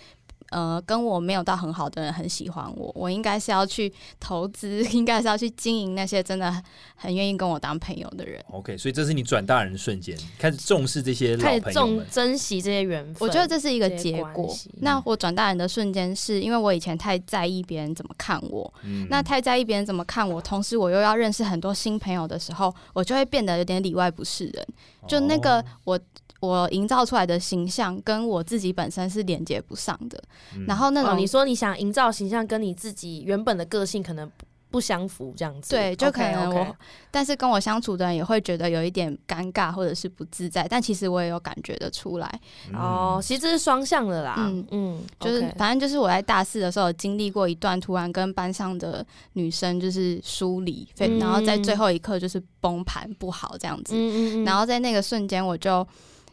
呃，跟我没有到很好的人很喜欢我，我应该是要去投资， (laughs) 应该是要去经营那些真的很愿意跟我当朋友的人。
OK，所以这是你转大人的瞬间，开始重视这些
开
老
始
朋友
重
们。
珍惜这些缘分。
我觉得这是一个
这些
结
关
果
系。
那我转大人的瞬间，是因为我以前太在意别人怎么看我，
嗯
那太在意别人怎么看我，同时我又要认识很多新朋友的时候，我就会变得有点里外不是人。就那个
哦
我我营造出来的形象，跟我自己本身是连接不上的。
嗯
然后那
哦，
种
你说你想营造形象跟你自己原本的个性可能不不相符，这样子。
对，就可
OK，
能
OK
我，但是跟我相处的人也会觉得有一点尴尬或者是不自在，但其实我也有感觉得出来。
嗯
哦，其实这是双向的啦。嗯
嗯
嗯，
就是
OK
反正就是我在大四的时候有经历过一段突然跟班上的女生就是疏离，非
嗯
然后在最后一刻就是崩盘不好这样子，
嗯嗯嗯，
然后在那个瞬间我就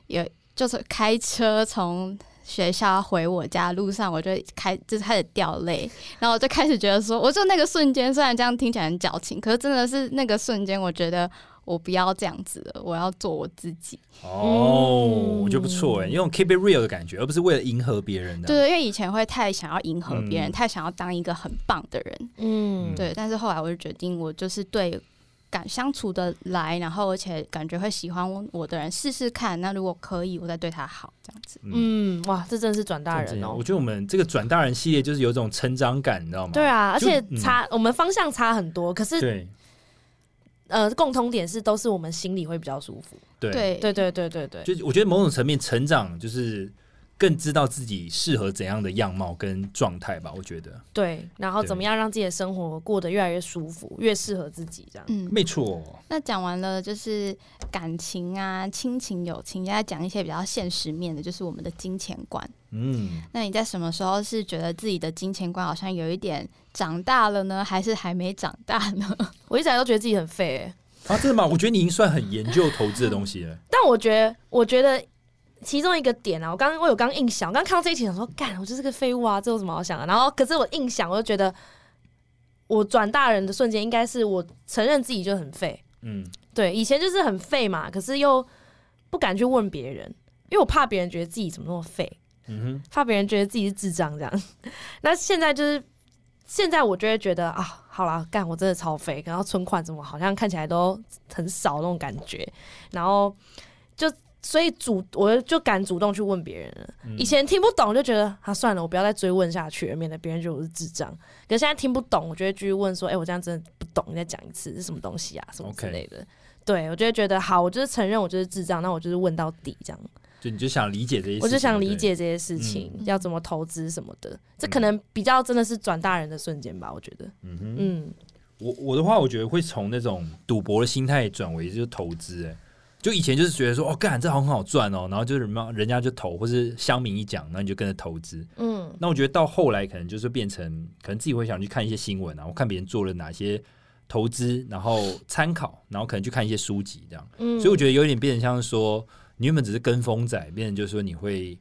也就是开车从。学校回我家路上，我就开就是开始掉泪，然后我就开始觉得说，我就那个瞬间，虽然这样听起来很矫情，可是真的是那个瞬间，我觉得我不要这样子了，我要做我自己。
哦，
嗯
我觉得不错哎，用 keep it real 的感觉，而不是为了迎合别人的。
对，
啊
因为以前会太想要迎合别人，
嗯
太想要当一个很棒的人，
嗯
对，但是后来我就决定，我就是对敢相处的来，然后而且感觉会喜欢我的人试试看。那如果可以，我再对他好，这样子。
嗯，
嗯，哇，这真的是转大人哦
我。觉得我们这个转大人系列就是有一种成长感，你知道吗？
对啊，而
就嗯
且差我们方向差很多，可是
对
呃，共通点是都是我们心里会比较舒服。
对
对
对对对对对，
就是我觉得某种层面成长就是更知道自己适合怎样的样貌跟状态吧。我觉得
对，然后
对
怎么样让自己的生活过得越来越舒服，越适合自己这样。
嗯，
没错。
那讲完了就是感情啊、亲情、友情，现在讲一些比较现实面的，就是我们的金钱观。
嗯，
那你在什么时候是觉得自己的金钱观好像有一点长大了呢，还是还没长大呢？
我一直以来都觉得自己很废、欸，
啊，真的吗？我觉得你已经算很研究投资的东西了。
但我觉得，我觉得其中一个点啊，我刚刚我有刚硬想，我刚看到这一题想说，干，我就是个废物啊，这有什么好想的？然后，可是我硬想，我就觉得我转大人的瞬间，应该是我承认自己就很废。
嗯，
对，以前就是很废嘛，可是又不敢去问别人，因为我怕别人觉得自己怎么那么废，
嗯哼，
怕别人觉得自己是智障这样。那现在就是现在，我就会觉得啊，好啦，干我真的超废，然后存款怎么好像看起来都很少那种感觉，然后就所以主我就敢主动去问别人了。以前听不懂就觉得啊算了，我不要再追问下去了，免得别人觉得我是智障。可现在听不懂，我就会继续问说，哎、我这样真的不懂，你再讲一次是什么东西啊，什么之
OK
类的。对，我就会觉得好，我就是承认我就是智障，那我就是问到底这样。
就你就想理解这些，
我就想理。解这些事情，
嗯
要怎么投资什么的，这可能比较真的是转大人的瞬间吧，我觉得。
嗯哼，
嗯，
我我的话，我觉得会从那种赌博的心态转为就是投资、哎，就以前就是觉得说，哦，干这好像很好赚哦，然后就是什么人家就投，或是乡民一讲，那你就跟着投资。
嗯，
那我觉得到后来可能就是变成，可能自己会想去看一些新闻啊，我看别人做了哪些投资，然后参考，然后可能去看一些书籍这样。
嗯
所以我觉得有点变成像是说，你原本只是跟风仔，变成就是说你会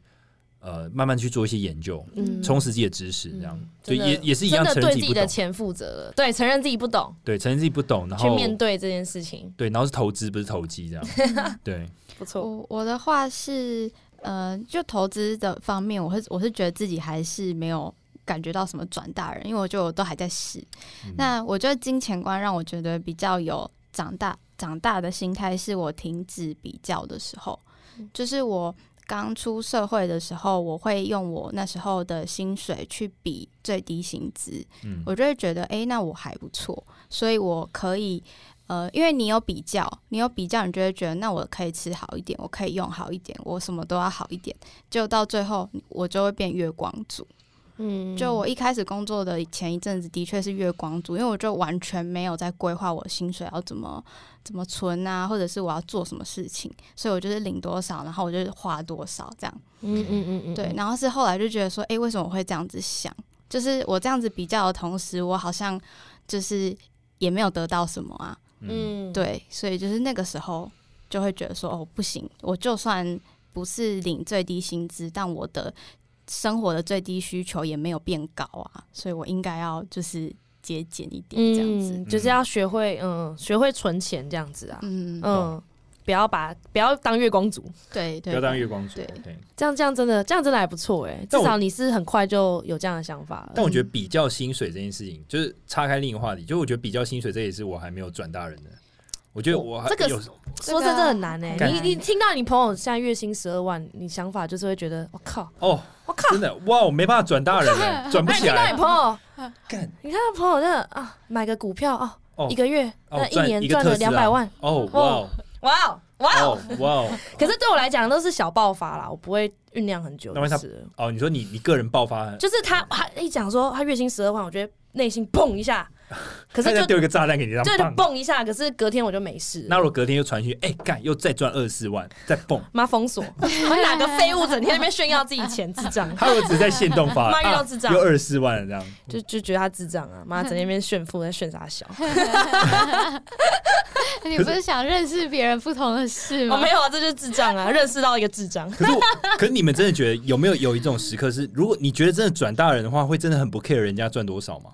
呃慢慢去做一些研究，
嗯
充实自己的知识，这样、
嗯
就
真的
也也是一样
真
承
的对
认
自
自己
己
不懂
的，钱负责了，对，承认自己不懂，
对，承认自己不懂，然
去
后
面对这件事情，
对，然后是投资不是投机这样，
(laughs)
对，
不错。
我我的话是，呃，就投资的方面，我会我是觉得自己还是没有感觉到什么转大人，因为我觉得我都还在试。
嗯
那我觉得金钱观让我觉得比较有长大长大的心态，是我停止比较的时候，就是我刚出社会的时候，我会用我那时候的薪水去比最低薪资，
嗯
我就会觉得，诶，那我还不错，所以我可以。呃，因为你有比较，你有比较，你就会觉得那我可以吃好一点，我可以用好一点，我什么都要好一点，就到最后我就会变月光族。
嗯
就我一开始工作的前一阵子，的确是月光族，因为我就完全没有在规划我薪水要怎么怎么存啊，或者是我要做什么事情，所以我就是领多少，然后我就花多少这样。
嗯嗯嗯嗯，
对，然后是后来就觉得说，诶，为什么我会这样子想？就是我这样子比较的同时，我好像就是也没有得到什么啊。
嗯
嗯，
对，所以就是那个时候就会觉得说，哦，不行，我就算不是领最低薪资，但我的生活的最低需求也没有变高啊，所以我应该要就是节俭一点这样子。
嗯，就是要学会嗯，学会存钱这样子啊，
嗯，
嗯，不要把不要当月光族，
对
不
对
要当
对，
月光族
对
，OK。
这样这样真的这样真的还不错哎，至
但我
少你是很快就有这样的想法了。
但我觉得比较薪水这件事情，就是岔开另一个话题，就我觉得比较薪水这也是我还没有转大人的。我觉得我还
哦这个
有
说真啊的很难哎、
这个
你你听到你朋友现在月薪十二万，你想法就是会觉得我、靠，
哦，
我靠！(laughs)
真的哇，我没办法转大人了，转不
哎，
起
听到
来
你。朋友，
干
你看到朋友那啊，买个股票哦，
哦
一个月、
哦
那一
赚
年
一个
赚了
特斯拉
两百万，
哦，哇哦
哇哦哇哦！
哦哇哦
可是对我来讲都是小爆发啦，我不会酝酿很久
那为啥
就是了。
哦，你说你你个人爆发，
就是他他一讲说他月薪十二万，我觉得内心砰一
(laughs)
下，可是
他再
就
丢一个炸弹给你，让
就就
棒。
蹦一下，可是隔天我就没事
那
了，
如果隔天又传讯，哎、干又再赚二四万，再
(laughs)
蹦，
妈封锁，我哪个废物整天在那边炫耀自己钱，智障！
他又只在限动
(laughs)
发，
妈遇到
啊
智障
又二四万了这样。
就就觉得他智障啊，妈整天在那边炫富在炫啥 (laughs) 小。
(laughs) 你不是想认识别人不同的事
我、
吗？
没有啊，这就是智障啊，认识到一个智障。
可是我，可是你们真的觉得有没有有一种时刻是，如果你觉得真的转大人的话，会真的很不 care 人家赚多少吗？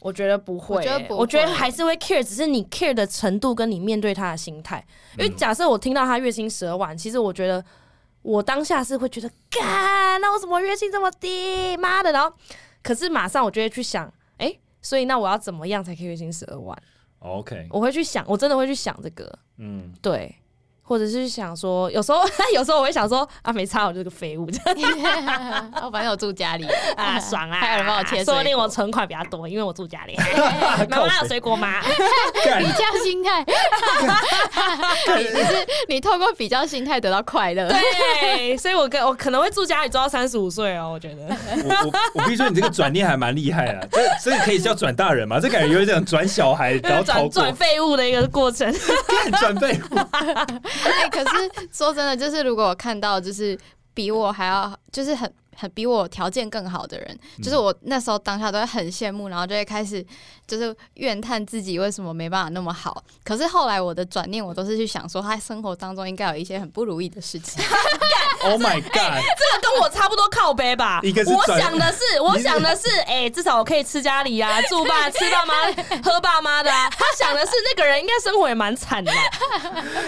我觉得不
我
会、欸
觉得不会
我觉得还是会 care，只是你 care 的程度跟你面对他的心态。因为假设我听到他月薪十二万，其实我觉得我当下是会觉得，干，那我怎么月薪这么低？妈的！然后，可是马上我就会去想，哎、所以那我要怎么样才可以月薪十二万？
哦 OK，
我会去想，我真的会去想这个， (laughs)
嗯，
对。或者是想说，有时候 (laughs) 有时候我会想说啊，没差，我就是个废物，
我哦反正我住家里，
(laughs) 啊，爽啊！
还有人帮我切水果
说不定我存款比较多，因为我住家 (laughs) 里。妈妈哎有水果吗？ (laughs)
比
干
较心
(laughs)
态，你就是你透过比较心态得到快乐。
对，所以我跟我可能会住家里住到三十五岁哦，我觉 (laughs) 得。
我我我必须说，你这个转念还蛮厉害啊，这这个可以叫转大人吗？这感觉有点转小孩，然后
(laughs)
逃
转
过
转废物的一个过程， (laughs)
干转背，
哎、可是说真的，就是如果我看到就是比我还要，就是很很比我条件更好的人，
嗯
就是我那时候当下都会很羡慕，然后就会开始就是怨叹自己为什么没办法那么好。可是后来我的转念，我都是去想说，他生活当中应该有一些很不如意的事情。
(laughs) Oh my god！
这个跟我差不多靠背 (laughs) 吧。
一个是
我
转
想的是，我想的是，哎、至少我可以吃家里 (laughs) 啊，住爸吃爸妈，喝爸妈的、啊。他想的是，那个人应该生活也蛮惨的。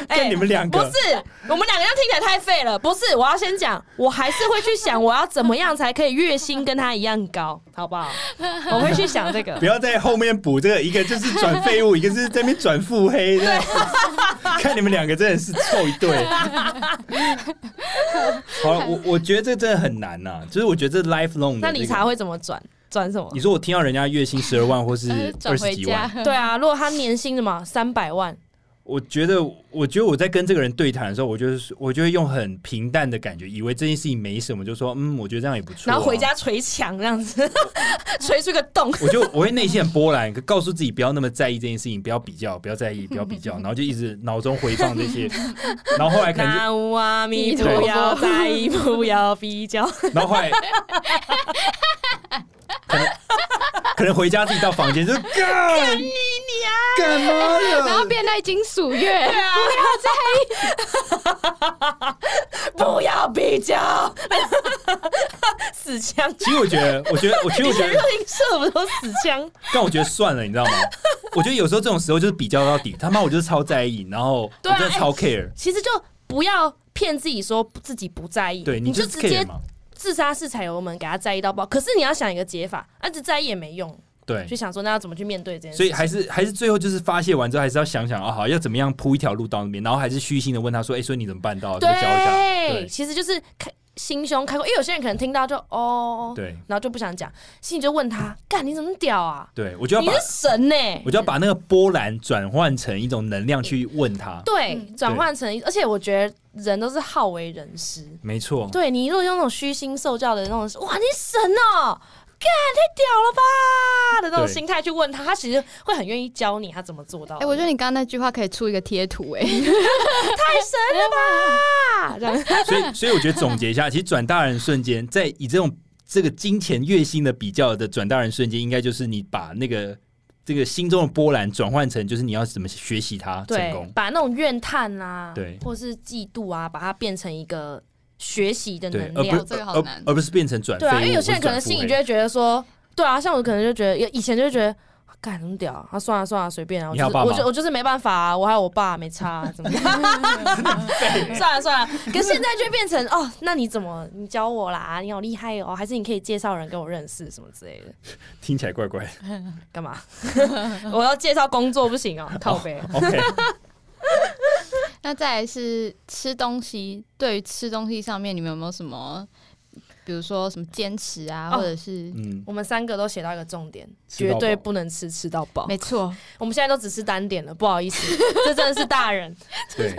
哎、
跟你们两
不
个
是，我们两个人听起来太废了。不是，我要先讲，我还是会去想我要怎么样才可以月薪跟他一样高，好 (laughs) 不好？我会去想这个
不。要在后面补这个，一个就是转废物，一个是在那边转腹黑，对， (laughs) 看你们两个真的是凑一对。好了，我我觉得这真的很难呐、啊就是我觉得这 lifelong 的、
那理查，会怎么转？转什么
你？说我听到人家月薪十二万 (laughs) 或是
呃转
二十
回
几
家 (laughs)
万，，
对啊，如果他年薪什么三百万，
我觉得，我觉得我在跟这个人对谈的时候，我就是我就会用很平淡的感觉，以为这件事情没什么，就说嗯，我觉得这样也不错、
然后回。家捶墙这样子， (laughs) 捶出个洞。
我就我会内心很波澜，告诉自己不要那么在意这件事情，不要比较，不要在意，不要比较，然后就一直脑中回放这些，然后后来可能就
(laughs) 南无阿弥
对
啊不要在意，不要比较。
然后后来可能 (laughs) 可能回家自己到房间就是干干你干嘛呀？
然后变那金属乐，
(laughs) 不要比较， (laughs) 死枪。
其实我觉得，我觉得，我其实我觉得，
(laughs) 热音社不都死枪？
但我觉得算了，你知道吗？我觉得有时候这种时候就是比较到底，他妈我就是超在意，然后我
对啊
真的超 care，、
其实就不要骗自己说自己不在意，
对
你
就是
直
care
接
嘛，
自杀式踩油门，给他在意到爆。可是你要想一个解法，啊，只在意也没用，
对
就，想说那要怎么去面对这件事。
所以还是还是最后就是发泄完之后，还是要想想啊，好要怎么样铺一条路到那边，然后还是虚心的问他说，哎、所以你怎么办到？就教一下，
对，
对
其实就是开心胸开阔，因为有些人可能听到就哦，
对
然后就不想讲，心里就问他，干你怎么屌啊？
对，我就要
你
把
是神欸呢、
我就要把那个波澜转换成一种能量去问他，
对，
嗯
转换成，而且我觉得人都是好为人师。
没错，
对你如果用那种虚心受教的那种，哇，你神哦，干太屌了吧的那种
对
心态去问他，他其实会很愿意教你他怎么做到
哎、
的。
我觉得你刚刚那句话可以出一个贴图、哎，
太神了吧，这样 (laughs)
所以，所以我觉得总结一下，其实转大人瞬间，在以这种这个金钱月薪的比较的转大人瞬间，应该就是你把那个这个心中的波澜转换成，就是你要怎么学习它成
对
功，。
把那种怨叹啊，
对
或是嫉妒啊，把它变成一个学习的
对，
能
而不
量。
这
是
个好
而
难
而不是变成转废
对
物。
啊，因为有些人
或者
可能
转腹
心里
黑
就会觉得说，对啊，像我可能就觉得，以前就会觉得。干什么屌啊？算了算了，随便啊！我
你
就
还有
是
爸
我
妈
就我就是没办法啊！我还有我爸没差、
(laughs)
啊，怎么样？ (laughs) 算了算了，可是现在就变成哦，那你怎么你教我啦？你好厉害哦，还是你可以介绍人跟我认识什么之类的？
听起来怪怪。
干
(laughs)
嘛？我要介绍工作不行哦，靠背。 (laughs)
OK，
那再来是吃东西，对于吃东西上面，你们有没有什么，比如说什么坚持啊，
哦
或者是，
嗯，
我们三个都写到一个重点，
吃到
绝
饱
对不能吃吃到饱。
没错，
我们现在都只吃单点了，不好意思，这真的是大人。
对，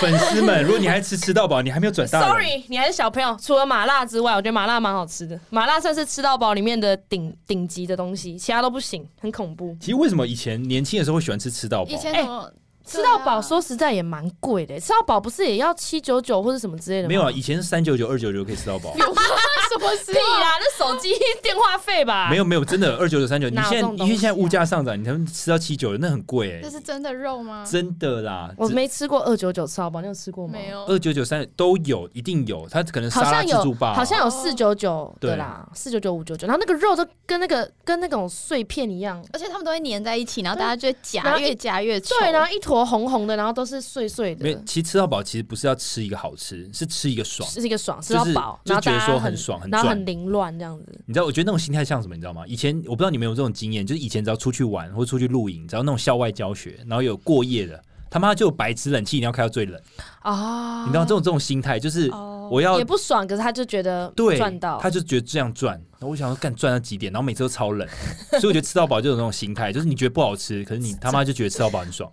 粉丝们，如果你还吃吃到饱，你还没有转大人
Sorry，你还是小朋友。除了麻辣之外，我觉得麻辣蛮好吃的，麻辣算是吃到饱里面的顶顶级的东西，其他都不行，很恐怖。
其实为什么以前年轻的时候会喜欢吃吃到饱
以？前
哎
什么、
吃到饱，
对啊
说实在也蛮贵的。欸吃到饱不是也要七九九或者什么之类的吗？
没有啊，以前是三九九、二九九可以吃到
(laughs)
饱。
什么时
屁啦，那手机电话费吧。
没有没有，真的二九九、三九，你
哪有
现
这
在
种
因为
东
现在
西
物
啊
价上涨，你才能吃到七九，那很贵哎、
这是真的肉吗？
真的啦，
我没吃过二九九吃到饱，你有吃过吗？
没，有，
二九九三都有，一定有，它可能
好
沙拉
像
自助
有，
吧，
好像有
哦
四九九的啦，四九九五九九，然后那个肉都跟那个跟那种碎片一样，
而且他们都会粘在一起，然后大家就会
然
夹，
后一
越夹越稠。
啊对，然后一坨红红的，然后都是碎碎
没
的，，
其实吃到饱其实不是要吃一个好吃，是吃一个爽。
是一个爽，吃
就
到
是
饱，
就
然后
觉
大
得
家
说很爽很
然后
赚
很凌乱这样子。
你知道，我觉得那种心态像什么，你知道吗？以前我不知道你们有没有这种经验，就是以前只要出去玩或出去露营，只要那种校外教学，然后有过夜的，他妈就有白痴冷气，你要开到最冷。
啊，
你知道这种这种心态，就是我要
哦也不爽，可是他就觉得
对
赚到，
他就觉得这样赚。然后我想说，干赚到几点？然后每次都
(laughs)
超冷，所以我觉得吃到饱就有那种心态，就是你觉得不好吃，可是你他妈就觉得吃到饱很爽。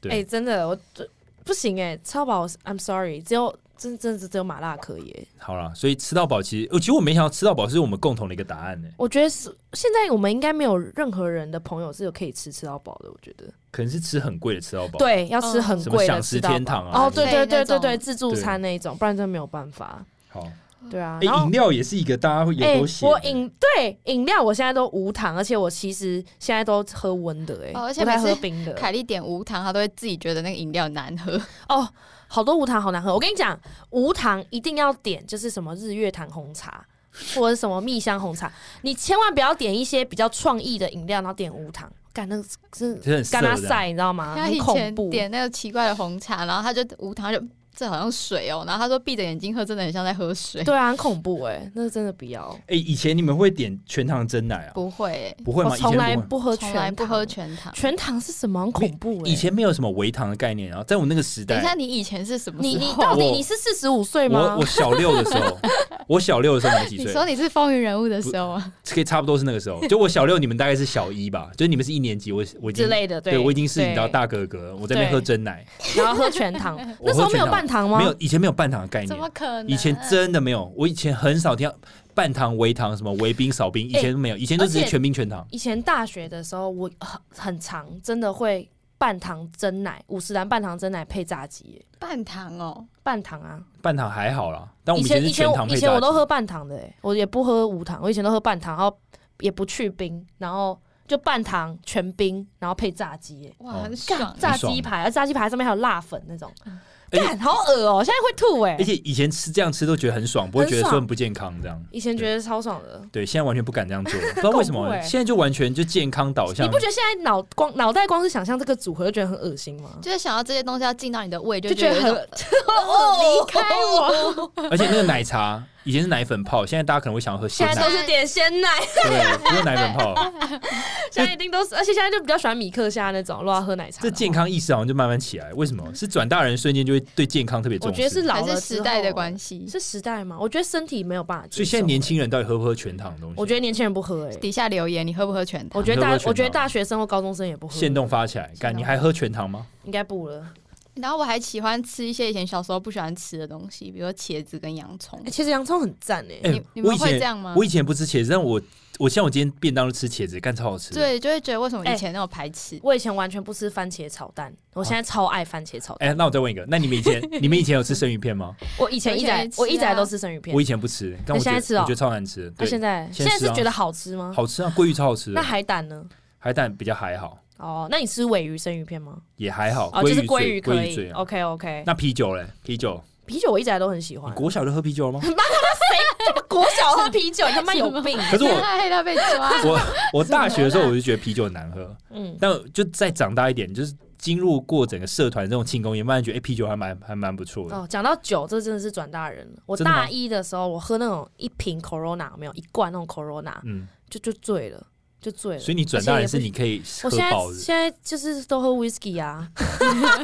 对
哎、真的我这不行哎、超饱我是，I'm sorry，只有真真的是只有麻辣可以、欸。
好啦，所以吃到饱其实，呃，其实我没想到吃到饱是我们共同的一个答案呢、
我觉得是现在我们应该没有任何人的朋友是有可以吃吃到饱的，我觉得
可能是吃很贵的吃到饱。，
对，要吃很
什么
贵的
享食
吃到
天
饱。
堂啊？
哦，对对对对
对
对，自助餐那一种，不然真的没有办法。
好。
对啊，
哎、
然后
饮料也是一个大家会有
哎、
都写的、
我饮对饮料我现在都无糖，而且我其实现在都喝温的、哎、
哦而且
不太
每次
喝冰的。
凯莉点无糖，她都会自己觉得那个饮料难喝。
哦，好多无糖好难喝。我跟你讲，无糖一定要点，就是什么日月潭红茶。或者什么蜜香红茶，你千万不要点一些比较创意的饮料，然后点无糖，干那个真
其实很涩
干拉
的。
塞，你知道吗？
她
啊很
以
恐怖
前。点那个奇怪的红茶，然后她就无糖就这好像水哦。然后他说闭着眼睛喝，真的很像在喝水。
对啊，很恐怖哎、那真的不要。
哎、以前你们会点全糖真奶啊？
不会、
不会
我
吗？以前
从
不
来
会。
不喝
从
全
来
糖，
不喝全糖。
全糖是什么？很恐怖哎、
以前没有什么微糖的概念，然后在我那个时
等一下，
代，
你以前是什么时
你
候？
你到底
我
你是四十五岁
我
吗
我？小六的
(laughs)
时候，我小六的时候你几
你
岁？
说你是风云人物的时候啊？
可以差不多是那个时
(laughs)
候，就我小六，你们大概是小一吧，就是你们是一年级，我我已经
之类的，
对我已经是你知道
对
大哥哥了，我在那边喝
对
真奶，
(laughs) 然后喝全糖，
我
那时
喝
候没
全
有
糖
半糖吗？
没有以前没有半糖的概
怎么
念，
可能？
以前真的没有，我以前很少听到半糖、微糖、什么微冰、少冰，以前都没有，以前都只
哎而
是
且
全冰全糖。
以前大学的时候，我很很常真的会半糖真奶，五十兰半糖真奶配炸鸡耶，
半糖哦，
半糖啊。
半糖还好啦，但我
以
们以前是
以前
全
我
糖配
以
炸
前我
鸡
都喝半糖的耶，我也不喝无糖，我以前都喝半糖，然后也不去冰，然后就半糖全冰，然后配炸鸡耶。
哇，
哦
很爽
干。炸
爽
鸡排，而炸鸡排上面还有辣粉那种，
而且
干好恶哦、现在会吐哎、
而且以前吃这样吃都觉得很爽，不会
很
觉得说
爽
很不健康这样。
以前觉得超爽的，
对，现在完全不敢这样做，不知道为什
恐
么，
怖欸
现在就完全就健康导
你
向
不。觉得现在脑光脑袋光是想象这个组合就觉得很恶心吗？
就是想到这些东西要进到你的胃，就
就觉得
有一
很
种哦离开我。
而且那个奶茶以前是奶粉泡，现在大家可能会想要喝鲜
现在
奶
都，是点鲜奶，
对，不是奶粉泡。
现在一定都是，而且现在就比较喜欢米克虾那种，如果要喝奶茶的
这
话。
健康意识好像就慢慢起来，为什么？是转大人瞬间就会对健康特别重
我
视。
觉得是老
还
了
是时代的关
系，
系，
是时代吗？我觉得身体没有办法接受。
所以现在年轻人到底喝不喝全糖的东西？
我觉得年轻人不喝哎、
底下留言你喝不喝全糖？
我觉得大
你喝不喝全糖
我觉得大学生或高中生也不喝，
限动发起来，干你还喝全糖吗？
应该不了。
然后我还喜欢吃一些以前小时候不喜欢吃的东西，比如说茄子跟洋葱
哎、。其实洋葱很赞哎、
哎、
你你
我
们
以
会
前
这样吗
我？以前不吃茄子，但我我像我今天便当都吃茄子，干超好吃。，
对，就会觉得为什么以前那么排斥？
我以前完全不吃番茄炒蛋，我现在超爱番茄炒蛋。
哎、那我再问一个，那你们
(laughs)
以前你们以前有吃生鱼片吗？
我以前一
我以
直
前也吃啊
我一直都吃生鱼片
我，以前不吃，但我觉
那现
得
在吃哦
我觉得超难吃的。
那
对，
现在现
现在
在
吃啊
是觉得好吃吗？
好吃啊，鲑鱼超好吃
那
的，
海胆呢？
海胆比较还好，
哦，那你吃尾鱼生鱼片吗？
也还好。
哦，就是
鲑
鲑
鱼
鱼
最鲑
可
鱼最啊
以。
好。
OK OK，
那啤酒嘞？啤酒，
啤酒我一直都很喜
你
欢。
国小就喝
(laughs)
啤酒了吗？
国小喝啤酒，你他妈有
(laughs)
病！
可
(laughs)
是我
(laughs) 害他被抓
我我大学的时候我就觉得啤酒很难喝，
(laughs) 嗯，
但就再长大一点，就是经入过整个社团这种庆功宴，慢慢觉得哎、啤酒还蛮还蛮不错的。
哦，讲到酒，这真的是转大人了。我
真的吗
大一的时候，我喝那种一瓶 Corona 有没有一罐那种 Corona，
嗯，
就就醉了，就醉了。
所以你转大人是
而且也
你可以
不。
喝
我现
饱
在
的。
现在就是都喝 whisky 啊， (laughs)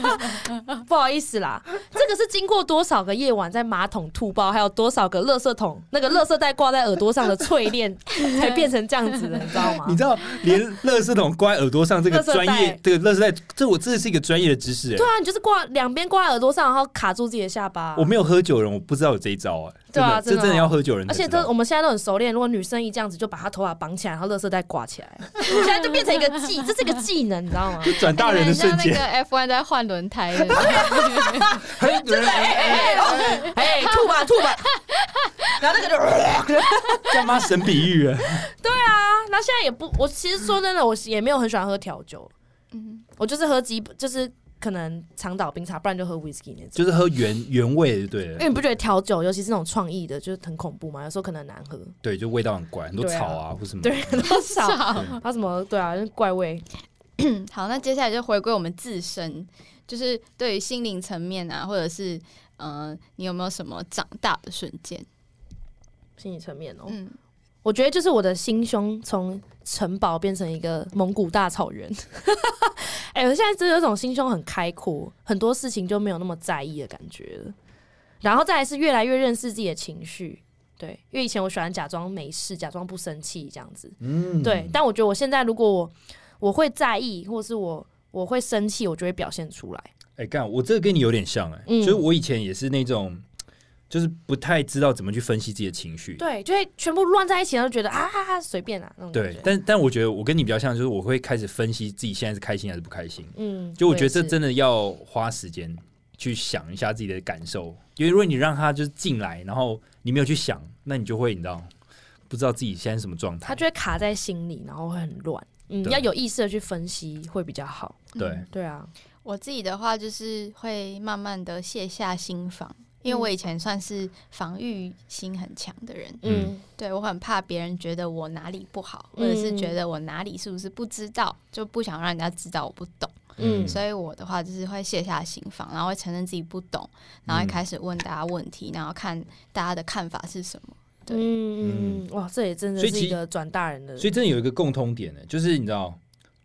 不好意思啦，这个是经过多少个夜晚在马桶吐包，还有多少个垃圾桶那个垃圾袋挂在耳朵上的淬
(laughs)
炼，才变成这样子的，你知道吗
你？知道，连乐圾桶挂在耳朵上这个
啊垃圾
专业
袋，
这个乐圾袋，这我这是一个专业的知识、哎
对啊，你就是挂两边挂在耳朵上，然后卡住自己的下巴。
我没有喝酒人，我不知道有这一招哎、
对啊
真
真
的，这
的哦
真的要喝酒人才
而且
知
这
道，
我们现在都很熟练，如果女生一这样子就把她头发绑起来，然后 (laughs) 垃圾袋挂起来，现在就变成一个技，这是一个技能，你知
(laughs)
道吗？
就转大人的瞬
像
间，
那个 F1 在换轮胎的，
(laughs) 哎
哎，吐吧吐吧，然后那个就，
干嘛神比喻哎、
啊然后现在也不，我其实说真的，我也没有很喜欢喝调酒，
嗯
我就是喝基，就是可能长岛冰茶，不然就喝 whisky 那种。
就是喝原原味的，对了
因为你不觉得调酒，尤其是那种创意的，就是很恐怖嘛？有时候可能很难喝，
对，就味道很怪，很多
对啊
草啊或什么，
对，很多
(laughs)
少，
好
还有什么对啊，就是怪味。
嗯好，那接下来就回归我们自身，就是对于心灵层面啊，或者是呃，你有没有什么长大的瞬间？
心理层面哦、
嗯，
我觉得就是我的心胸从城堡变成一个蒙古大草原。 (laughs) 哎、我现在真的有种心胸很开阔，很多事情就没有那么在意的感觉了。然后再来是越来越认识自己的情绪，对，因为以前我喜欢假装没事，假装不生气这样子，
嗯，
对。但我觉得我现在如果我我会在意，或是我我会生气，我就会表现出来。
哎、干，我这个跟你有点像哎、
嗯
所以我以前也是那种，就是不太知道怎么去分析自己的情绪。
对，就会全部乱在一起，然后觉得啊随便啊那种感
对
觉。，
但但我觉得我跟你比较像，就是我会开始分析自己现在是开心还是不开心。
嗯，
就我
也
觉得这
是
真的要花时间去想一下自己的感受，因为如果你让他就是进来，然后你没有去想，那你就会你知道不知道自己现在是什么状
它
态。
就会卡在心里，然后会很乱。嗯，
对
要有意识的去分析会比较好。
对，
对啊，
我自己的话就是会慢慢的卸下心防，因为我以前算是防御心很强的人，
嗯
嗯，
对我很怕别人觉得我哪里不好，或者是
嗯
觉得我哪里是不是不知道，就不想让人家知道我不懂。
嗯
所以我的话就是会卸下心防，然后会承认自己不懂，然后会开始问大家问题，然后看大家的看法是什么。对
嗯嗯，哇，这也真的
所以
是
其
一个转大人的，
所以真的有一个共通点呢，就是你知道，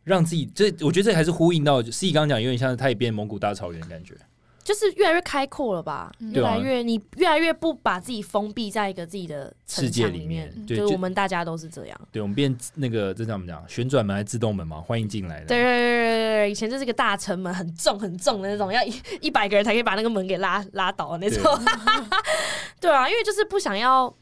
让自己这，我觉得这还是呼应到 C 刚刚讲，有点像是他也变蒙古大草原的感觉。
就是越来越开阔了吧？越
对啊
来越你越来越不把自己封闭在一个自己的城
世界
墙
里
里
面对
就是
就
我们大家都是这样。
对，我们变那个这叫怎么讲？旋转门还是自动门嘛？欢迎进来的。
对对对对对对，以前就是一个大城门，很重很重的那种，要一一百个人才可以把那个门给拉拉倒的那种。对啊，因为就是不想要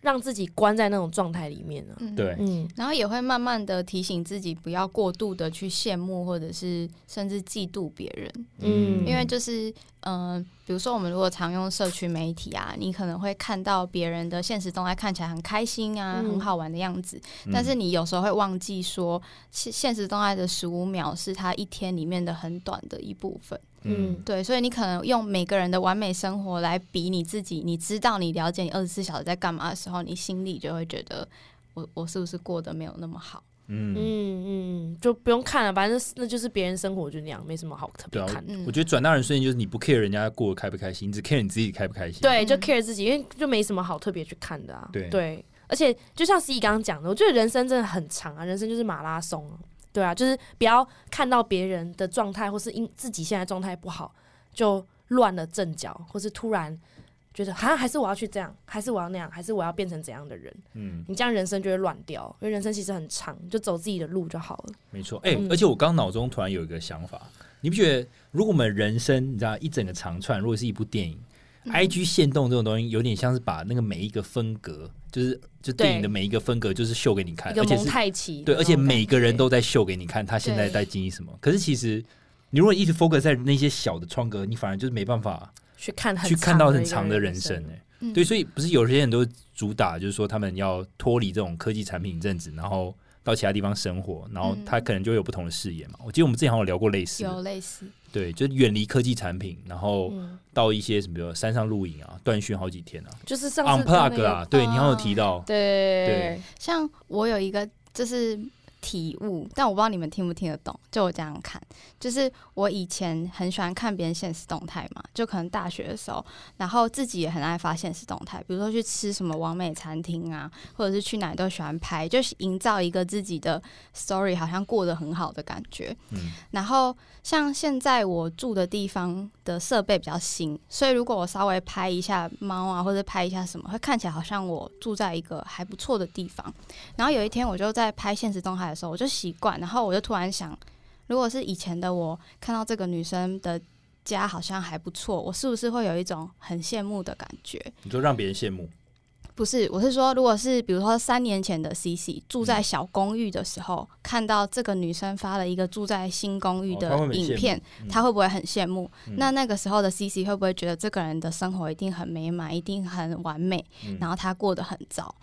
让自己关在那种状态里面啊。
嗯，
对，
嗯，
然后也会慢慢的提醒自己，不要过度的去羡慕或者是甚至嫉妒别人，
嗯
因为就是嗯、呃比如说我们如果常用社区媒体啊，你可能会看到别人的现实动态看起来很开心啊、
嗯
很好玩的样子，
嗯
但是你有时候会忘记说，现现实动态的十五秒是他一天里面的很短的一部分。
嗯
对，所以你可能用每个人的完美生活来比你自己，你知道你了解你二十四小时在干嘛的时候，你心里就会觉得我我是不是过得没有那么好？
嗯
嗯嗯，就不用看了，反正那就是别人生活就那样，没什么好特别
对啊
看的。
嗯
我觉得转大人瞬间就是你不 care 人家过得开不开心，你只 care 你自己开不开心。
对，就
嗯
care 自己，因为就没什么好特别去看的啊。
对
而且就像思怡刚刚讲的，我觉得人生真的很长啊，人生就是马拉松啊。对啊，就是不要看到别人的状态，或是因自己现在状态不好就乱了阵脚，或是突然觉得啊，还是我要去这样，还是我要那样，还是我要变成怎样的人？
嗯，
你这样人生就会乱掉，因为人生其实很长，就走自己的路就好了。
没错。哎、
嗯
而且我刚脑中突然有一个想法，你不觉得如果我们人生你知道一整个长串，如果是一部电影、i
嗯
g 限动这种东西，有点像是把那个每一个分隔，就是就电影
对
的每一个分隔，就是秀给你看
一，个
哎而且
蒙
是
太奇的
对，
那种感觉，
而且每个人都在秀给你看他现在
对
在经历什么。可是其实你如果一直 focus 在那些小的创歌，你反而就是没办法
去看很
去看到
的
很
一个
长的人生
生。
哎、
嗯
对，所以不是有些人都主打就是说他们要脱离这种科技产品一阵子，然后到其他地方生活，然后他可能就会有不同的视野嘛。我记得我们之前好像有聊过类似的，
有类似，
对，就是远离科技产品，然后
嗯，
到一些什么比如山上露营啊，断讯好几天啊
就是上次的那
，unplug
个
啊，对你好像有提到，
对
对
像我有一个就是体悟，但我不知道你们听不听得懂。就我这样看，就是我以前很喜欢看别人现实动态嘛，就可能大学的时候，然后自己也很爱发现实动态，比如说去吃什么完美餐厅啊，或者是去哪里都喜欢拍，就是营造一个自己的 story 好像过得很好的感觉。
嗯
然后像现在我住的地方的设备比较新，所以如果我稍微拍一下猫啊，或者拍一下什么，会看起来好像我住在一个还不错的地方。然后有一天我就在拍现实动态的时候，我就习惯，然后我就突然想，如果是以前的我看到这个女生的家好像还不错，我是不是会有一种很羡慕的感觉？
你就让别人羡慕，哦
不是，我是说，如果是比如说三年前的 CC 住在小公寓的时候，看到这个女生发了一个住在新公寓
哦她会
的
不会很
影片，
嗯
她会不会很羡慕？
嗯
那那个时候的 CC 会不会觉得这个人的生活一定很美满，一定很完美，
嗯
然后她过得很糟？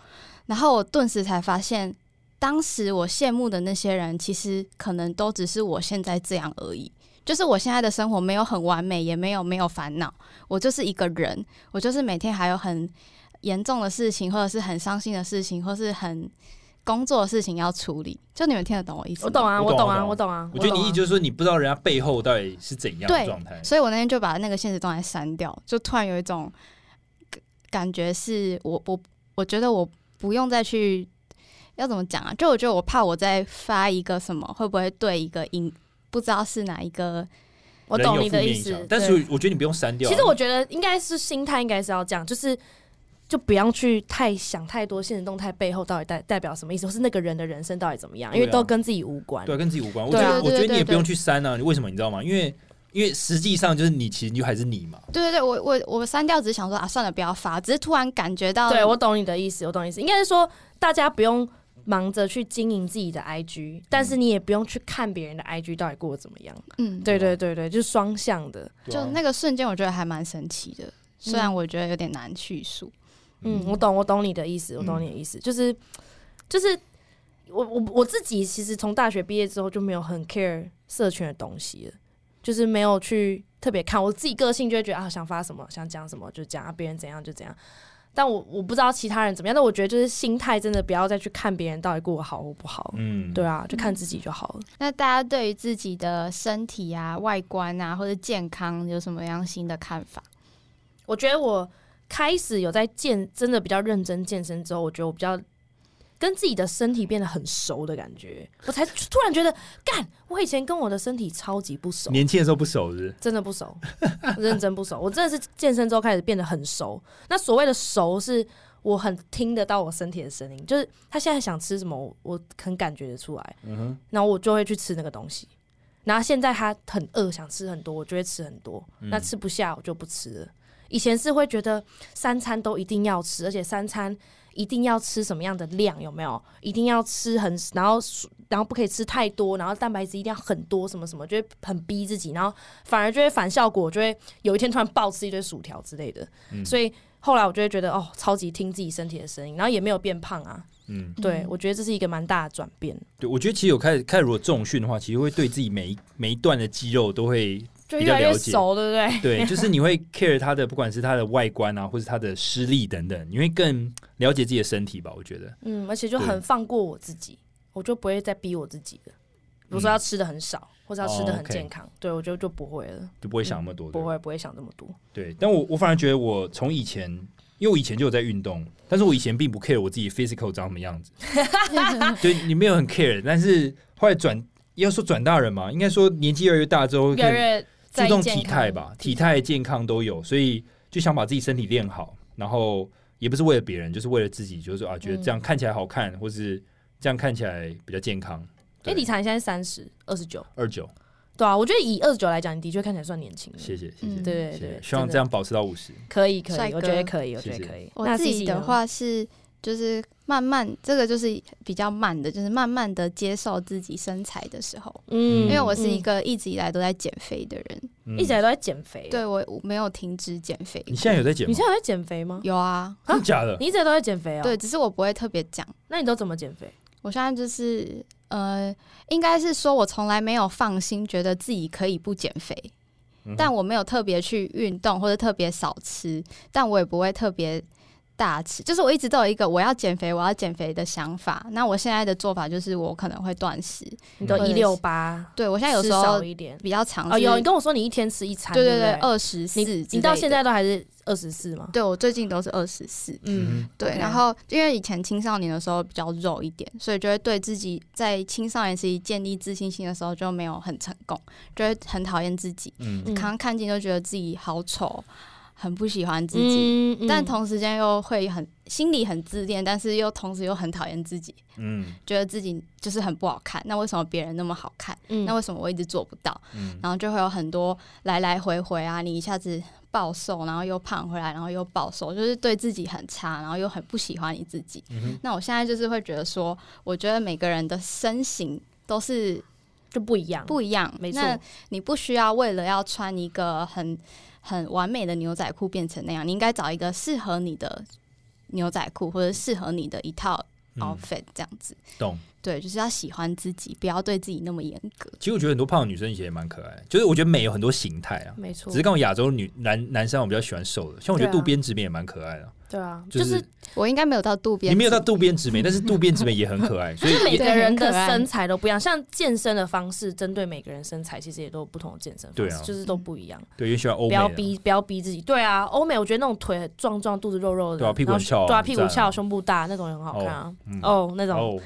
然后我顿时才发现，当时我羡慕的那些人，其实可能都只是我现在这样而已。就是我现在的生活没有很完美，也没有没有烦恼，我就是一个人，我就是每天还有很严重的事情，或者是很伤心的事情，或是很工作的事情要处理。就你们听得懂我意思？
我懂。啊，
我
我
懂
懂
我
啊，
懂
我懂啊。
我觉得你
懂
意
啊
思就是说，你不知道人家背后到底是怎样的
对
状态。
所以我那天就把那个现实动态删掉，就突然有一种感感觉是我我我觉得我不用再去要怎么讲啊？就我觉得我怕我再发一个什么，会不会对一个影不知道是哪一个
我
人有
懂
负
你的
面
意
影
思
响，但是
对
我觉得你不用删掉啊。
其实我觉得应该是心态应该是要这样，就是就不要去太想太多现实动态背后到底代代表什么意思，或是那个人的人生到底怎么样，因为
对啊
都跟自己无关。
对啊跟自己无关。我觉
对啊
得我觉得
对对
你也不用
对
去删啊，你为什么你知道吗？因为因为实际上就是你，其实就还是你嘛。
对对对，我我我删掉，只是想说啊，算了，不要发，只是突然感觉
啊
到，
对我懂你的意思，我懂你的意思。应该是说大家不用忙着去经营自己的 IG，但
嗯
是你也不用去看别人的 IG 到底过得怎么样。
嗯，
啊
对对对对，就是双向的。
就那个瞬间，我觉得还蛮神奇的，虽
嗯
然我觉得有点难叙述。
嗯，我懂，我懂你的意思，我懂你的意
嗯
思，就是就是我我我自己其实从大学毕业之后就没有很 care 社群的东西了，就是没有去特别看，我自己个性就会觉得啊想发什么想讲什么就讲，啊别人怎样就怎样。但我我不知道其他人怎么样，但我觉得就是心态真的不要再去看别人到底过得好或不好，
嗯，
对啊，就看自己就好了。
那大家对于自己的身体啊、外观啊，或者健康有什么样新的看法？
我觉得我开始有在健，真的比较认真健身之后，我觉得我比较跟自己的身体变得很熟的感觉，我才突然觉得，干，我以前跟我的身体超级不熟，
年轻的时候不熟是不是
真的不熟， (laughs) 我认真不熟。我真的是健身之后开始变得很熟。那所谓的熟，是我很听得到我身体的声音，就是他现在想吃什么，我我很感觉得出来，
嗯
然后我就会去吃那个东西。然后现在他很饿，想吃很多，我就会吃很多。
嗯
那吃不下我就不吃了。以前是会觉得三餐都一定要吃，而且三餐一定要吃什么样的量，有没有？一定要吃很，然后然后不可以吃太多，然后蛋白质一定要很多，什么什么，就会很逼自己，然后反而就会反效果，就会有一天突然暴吃一堆薯条之类的。
嗯
所以后来我就会觉得，哦，超级听自己身体的声音，然后也没有变胖啊。
嗯，
对，我觉得这是一个蛮大的转变，
对，我觉得其实有开始开始如果重训的话，其实会对自己每一每一段的肌肉都会
就越
比较
来越
了解
熟，对不对？
对，就是你会 care 它的，不管是它的外观啊，或是它的施力等等，你会更了解自己的身体吧？我觉得，
嗯，而且就
对
很放过我自己，我就不会再逼我自己了。比如说要吃的很少，或者要吃的
哦
很
嗯，OK
健康，对我就就不会了，
就不会想那么多。对
不会不会想这么多。
对，但我我反而觉得我从以前，因为我以前就有在运动，但是我以前并不 care 我自己 physical 长什么样子， (laughs) 对你没有很 care，但是后来转。要说转大人嘛，应该说年纪越来越大之后，
越来越
注
在意
重
健
体
康
态吧，体态健康都有，所以就想把自己身体练好，然后也不是为了别人，就是为了自己，就是说啊，觉得这
嗯
样看起来好看，或是这样看起来比较健康。
哎，李查你现在三十二十九，
二九，
对啊，我觉得以二十九来讲，你的确看起来算年轻的。
谢谢谢
嗯
谢，
对对
谢谢
对，
希
真
望
的
这样保持到五十。
可以可
帅
以，
哥
我觉得可以，我
谢
觉
谢
得可以。
(laughs) 我
那
自己
Cici
的
呢，
话是，就是慢慢，这个就是比较慢的，就是慢慢的接受自己身材的时候，
嗯
因为我是一
嗯
个一直以来都在减肥的人，
嗯
一直以来都在减肥。，哦
对我我没有停止减肥过。
你现在有在减
你
吗？
现在有在减肥吗？
有啊？
真的假的？
你一直以来都在减肥啊？
对，，只是我不会特别讲。
那你都怎么减肥？
我现在就是呃，应该是说我从来没有放心，觉得自己可以不减肥。但我没有特别去运动或者特别少吃，但我也不会特别大吃。就是我一直都有一个我要减肥，我要减肥的想法。那我现在的做法就是我可能会断食，
你都
嗯
一六八，
对我现在有
吃
时候
少一点。
比较常
哦，
是
有你跟我说你一天吃一餐，
对
对
对对，
不对，
二十四，
你你到现在都还是二十四吗？
对我最近都是二十四。
嗯，
对，
OK
然后因为以前青少年的时候比较肉一点，所以就会对自己在青少年时期建立自信心的时候就没有很成功，就会很讨厌自己，
嗯，
嗯
常常看镜就觉得自己好丑，很不喜欢自己，
嗯嗯
但同时间又会很心里很自恋，但是又同时又很讨厌自己，
嗯
觉得自己就是很不好看。那为什么别人那么好看？
嗯
那为什么我一直做不到？
嗯
然后就会有很多来来回回啊，你一下子暴瘦，然后又胖回来，然后又暴瘦，就是对自己很差，然后又很不喜欢你自己。
嗯哼
那我现在就是会觉得说，我觉得每个人的身形都是
就不一样，
不一样，
没错
那你不需要为了要穿一个很很完美的牛仔裤变成那样，你应该找一个适合你的牛仔裤或者适合你的一套
嗯
outfit 这样子。
懂。
对，就是要喜欢自己，不要对自己那么严格。
其实我觉得很多胖的女生以前也蛮可爱
嗯
的，就是我觉得美有很多形态啊。
没错
只是，刚好亚洲女男男生我比较喜欢瘦的，像我觉
对啊
得渡边直美也蛮可爱的，
对啊，
就
就是
是
我应该没有到渡边，
你没有到渡
(laughs)
边直美，但是渡边直美也很可爱，所以
就是每个人
对很
的
可爱
身材都不一样，像健身的方式，针对每个人身材，其实也都有不同的健身方
对
式，
啊
就是都不一样。
对也喜欢欧
不
美
要
啊。
逼，不要逼自己。对啊，欧美我觉得那种腿很壮壮、肚子肉肉的，
对啊屁股很
然后
翘啊
对啊，
很
屁股
赞啊
翘、胸部大那种也很好看啊。
嗯
哦，那种
哦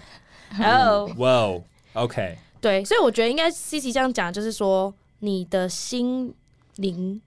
哦，
哇哦，OK，
对，所以我觉得应该 C C 这样讲，就是说你的心灵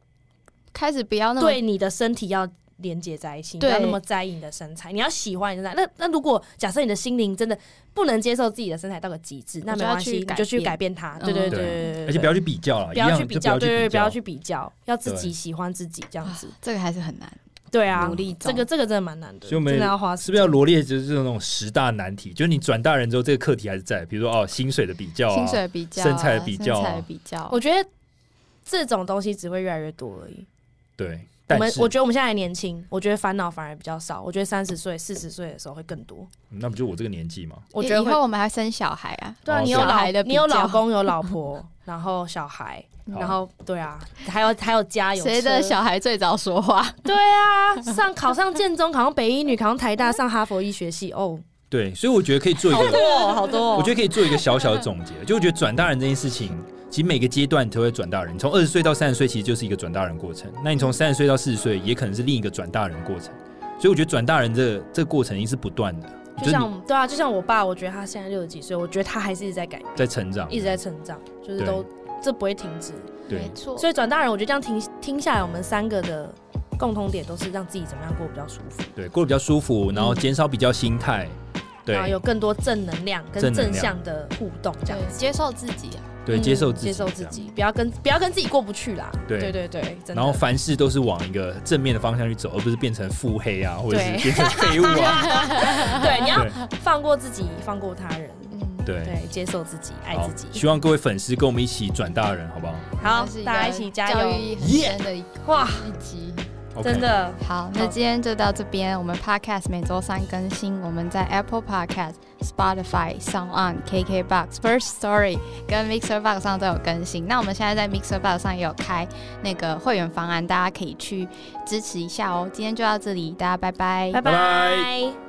开始不要那么
对你的身体要连接在一起，你不
对
要那么在意你的身材，你要喜欢你的身材。那那如果假设你的心灵真的不能接受自己的身材到个极致，那
我
没
就要
关系，
去
你
改
就去
变
改变它。
嗯
对对对
对
对对，
而且不
对
要去比较了，
不要
一
去
样
比
就
较，对对对，不
不
要
要
去
去比较。
比较，要自己
对
喜欢自己这样子。
这个还是很难。
对啊
努力，
这
中
个这个真的蛮难的，
所以我们
真的要花时
是
间
不是要罗列就是这种十大难题？就是你转大人之后，这个课题还是在，比如说哦，薪水的比较啊，
薪水的比较啊、
身材的比较
哦
啊
身材的比较啊，
我觉得这种东西只会越来越多而已。
对，
我
但
们
是
我觉得我们现在还年轻，我觉得烦恼反而比较少。我觉得三十岁、四十岁的时候会更多。
嗯那不就我这个年纪吗？
我觉得
以
会
后我们还生小孩啊，
对啊，
哦
你有
是
小
老
孩的比
你有老
较
公有老
(laughs)
婆，然后小孩，
哦
然后对啊，还有还有家有
谁的
车
小孩最早说话？
对啊，上考上建中，考上北医女，考上台大，上哈佛医学系，
(laughs)
哦，
对，所以我觉得可以做一
好
个
多哦好多哦。
我觉得可以做一个小小的总结，就我觉得转大人这件事情，其实每个阶段你都会转大人。你从二十岁到三十岁，其实就是一个转大人过程。那你从三十岁到四十岁，也可能是另一个转大人过程。所以我觉得转大人这这个过程一定是不断的，
就
就是你
像对啊，就像我爸，我觉得他现在六十几岁，我觉得他还是一直在改，
在成长，
一直在成长，就是
对
都这不会停止。
对
错
所以转大人，我觉得这样听听下来，我们三个的共同点都是让自己怎么样过得比较舒服，
对，过得比较舒服，然后
嗯
减少比较心态，
然后
对
有更多正能量跟
正能
正
量
向的互动，这样
对，
子。
接受自己啊，
对，
嗯
接受自己，
接受自，己，不要跟不要跟自己过不去啦。
对
对对对，真的。
然后凡事都是往一个正面的方向去走，而不是变成腹黑啊，或者是
对
变成废物啊。
对，你要
对
放过自己，放过他人，
嗯，
对，
(laughs) 对，接受自己，爱
好
自，己。
希望各位粉丝跟我们一起转大人，好不好？
好
这是，个
大家一起加
教
油！
育很深的一个
哇，
一集。
OK
真的
好，那今天就到这边。我们 Podcast 每周三更新，我们在 Apple Podcast、Spotify、Sound On、KKBox、First Story 跟 Mixer Box 上都有更新。那我们现在在 Mixer Box 上也有开那个会员方案，大家可以去支持一下哦。今天就到这里，大家拜拜。
拜
拜
拜。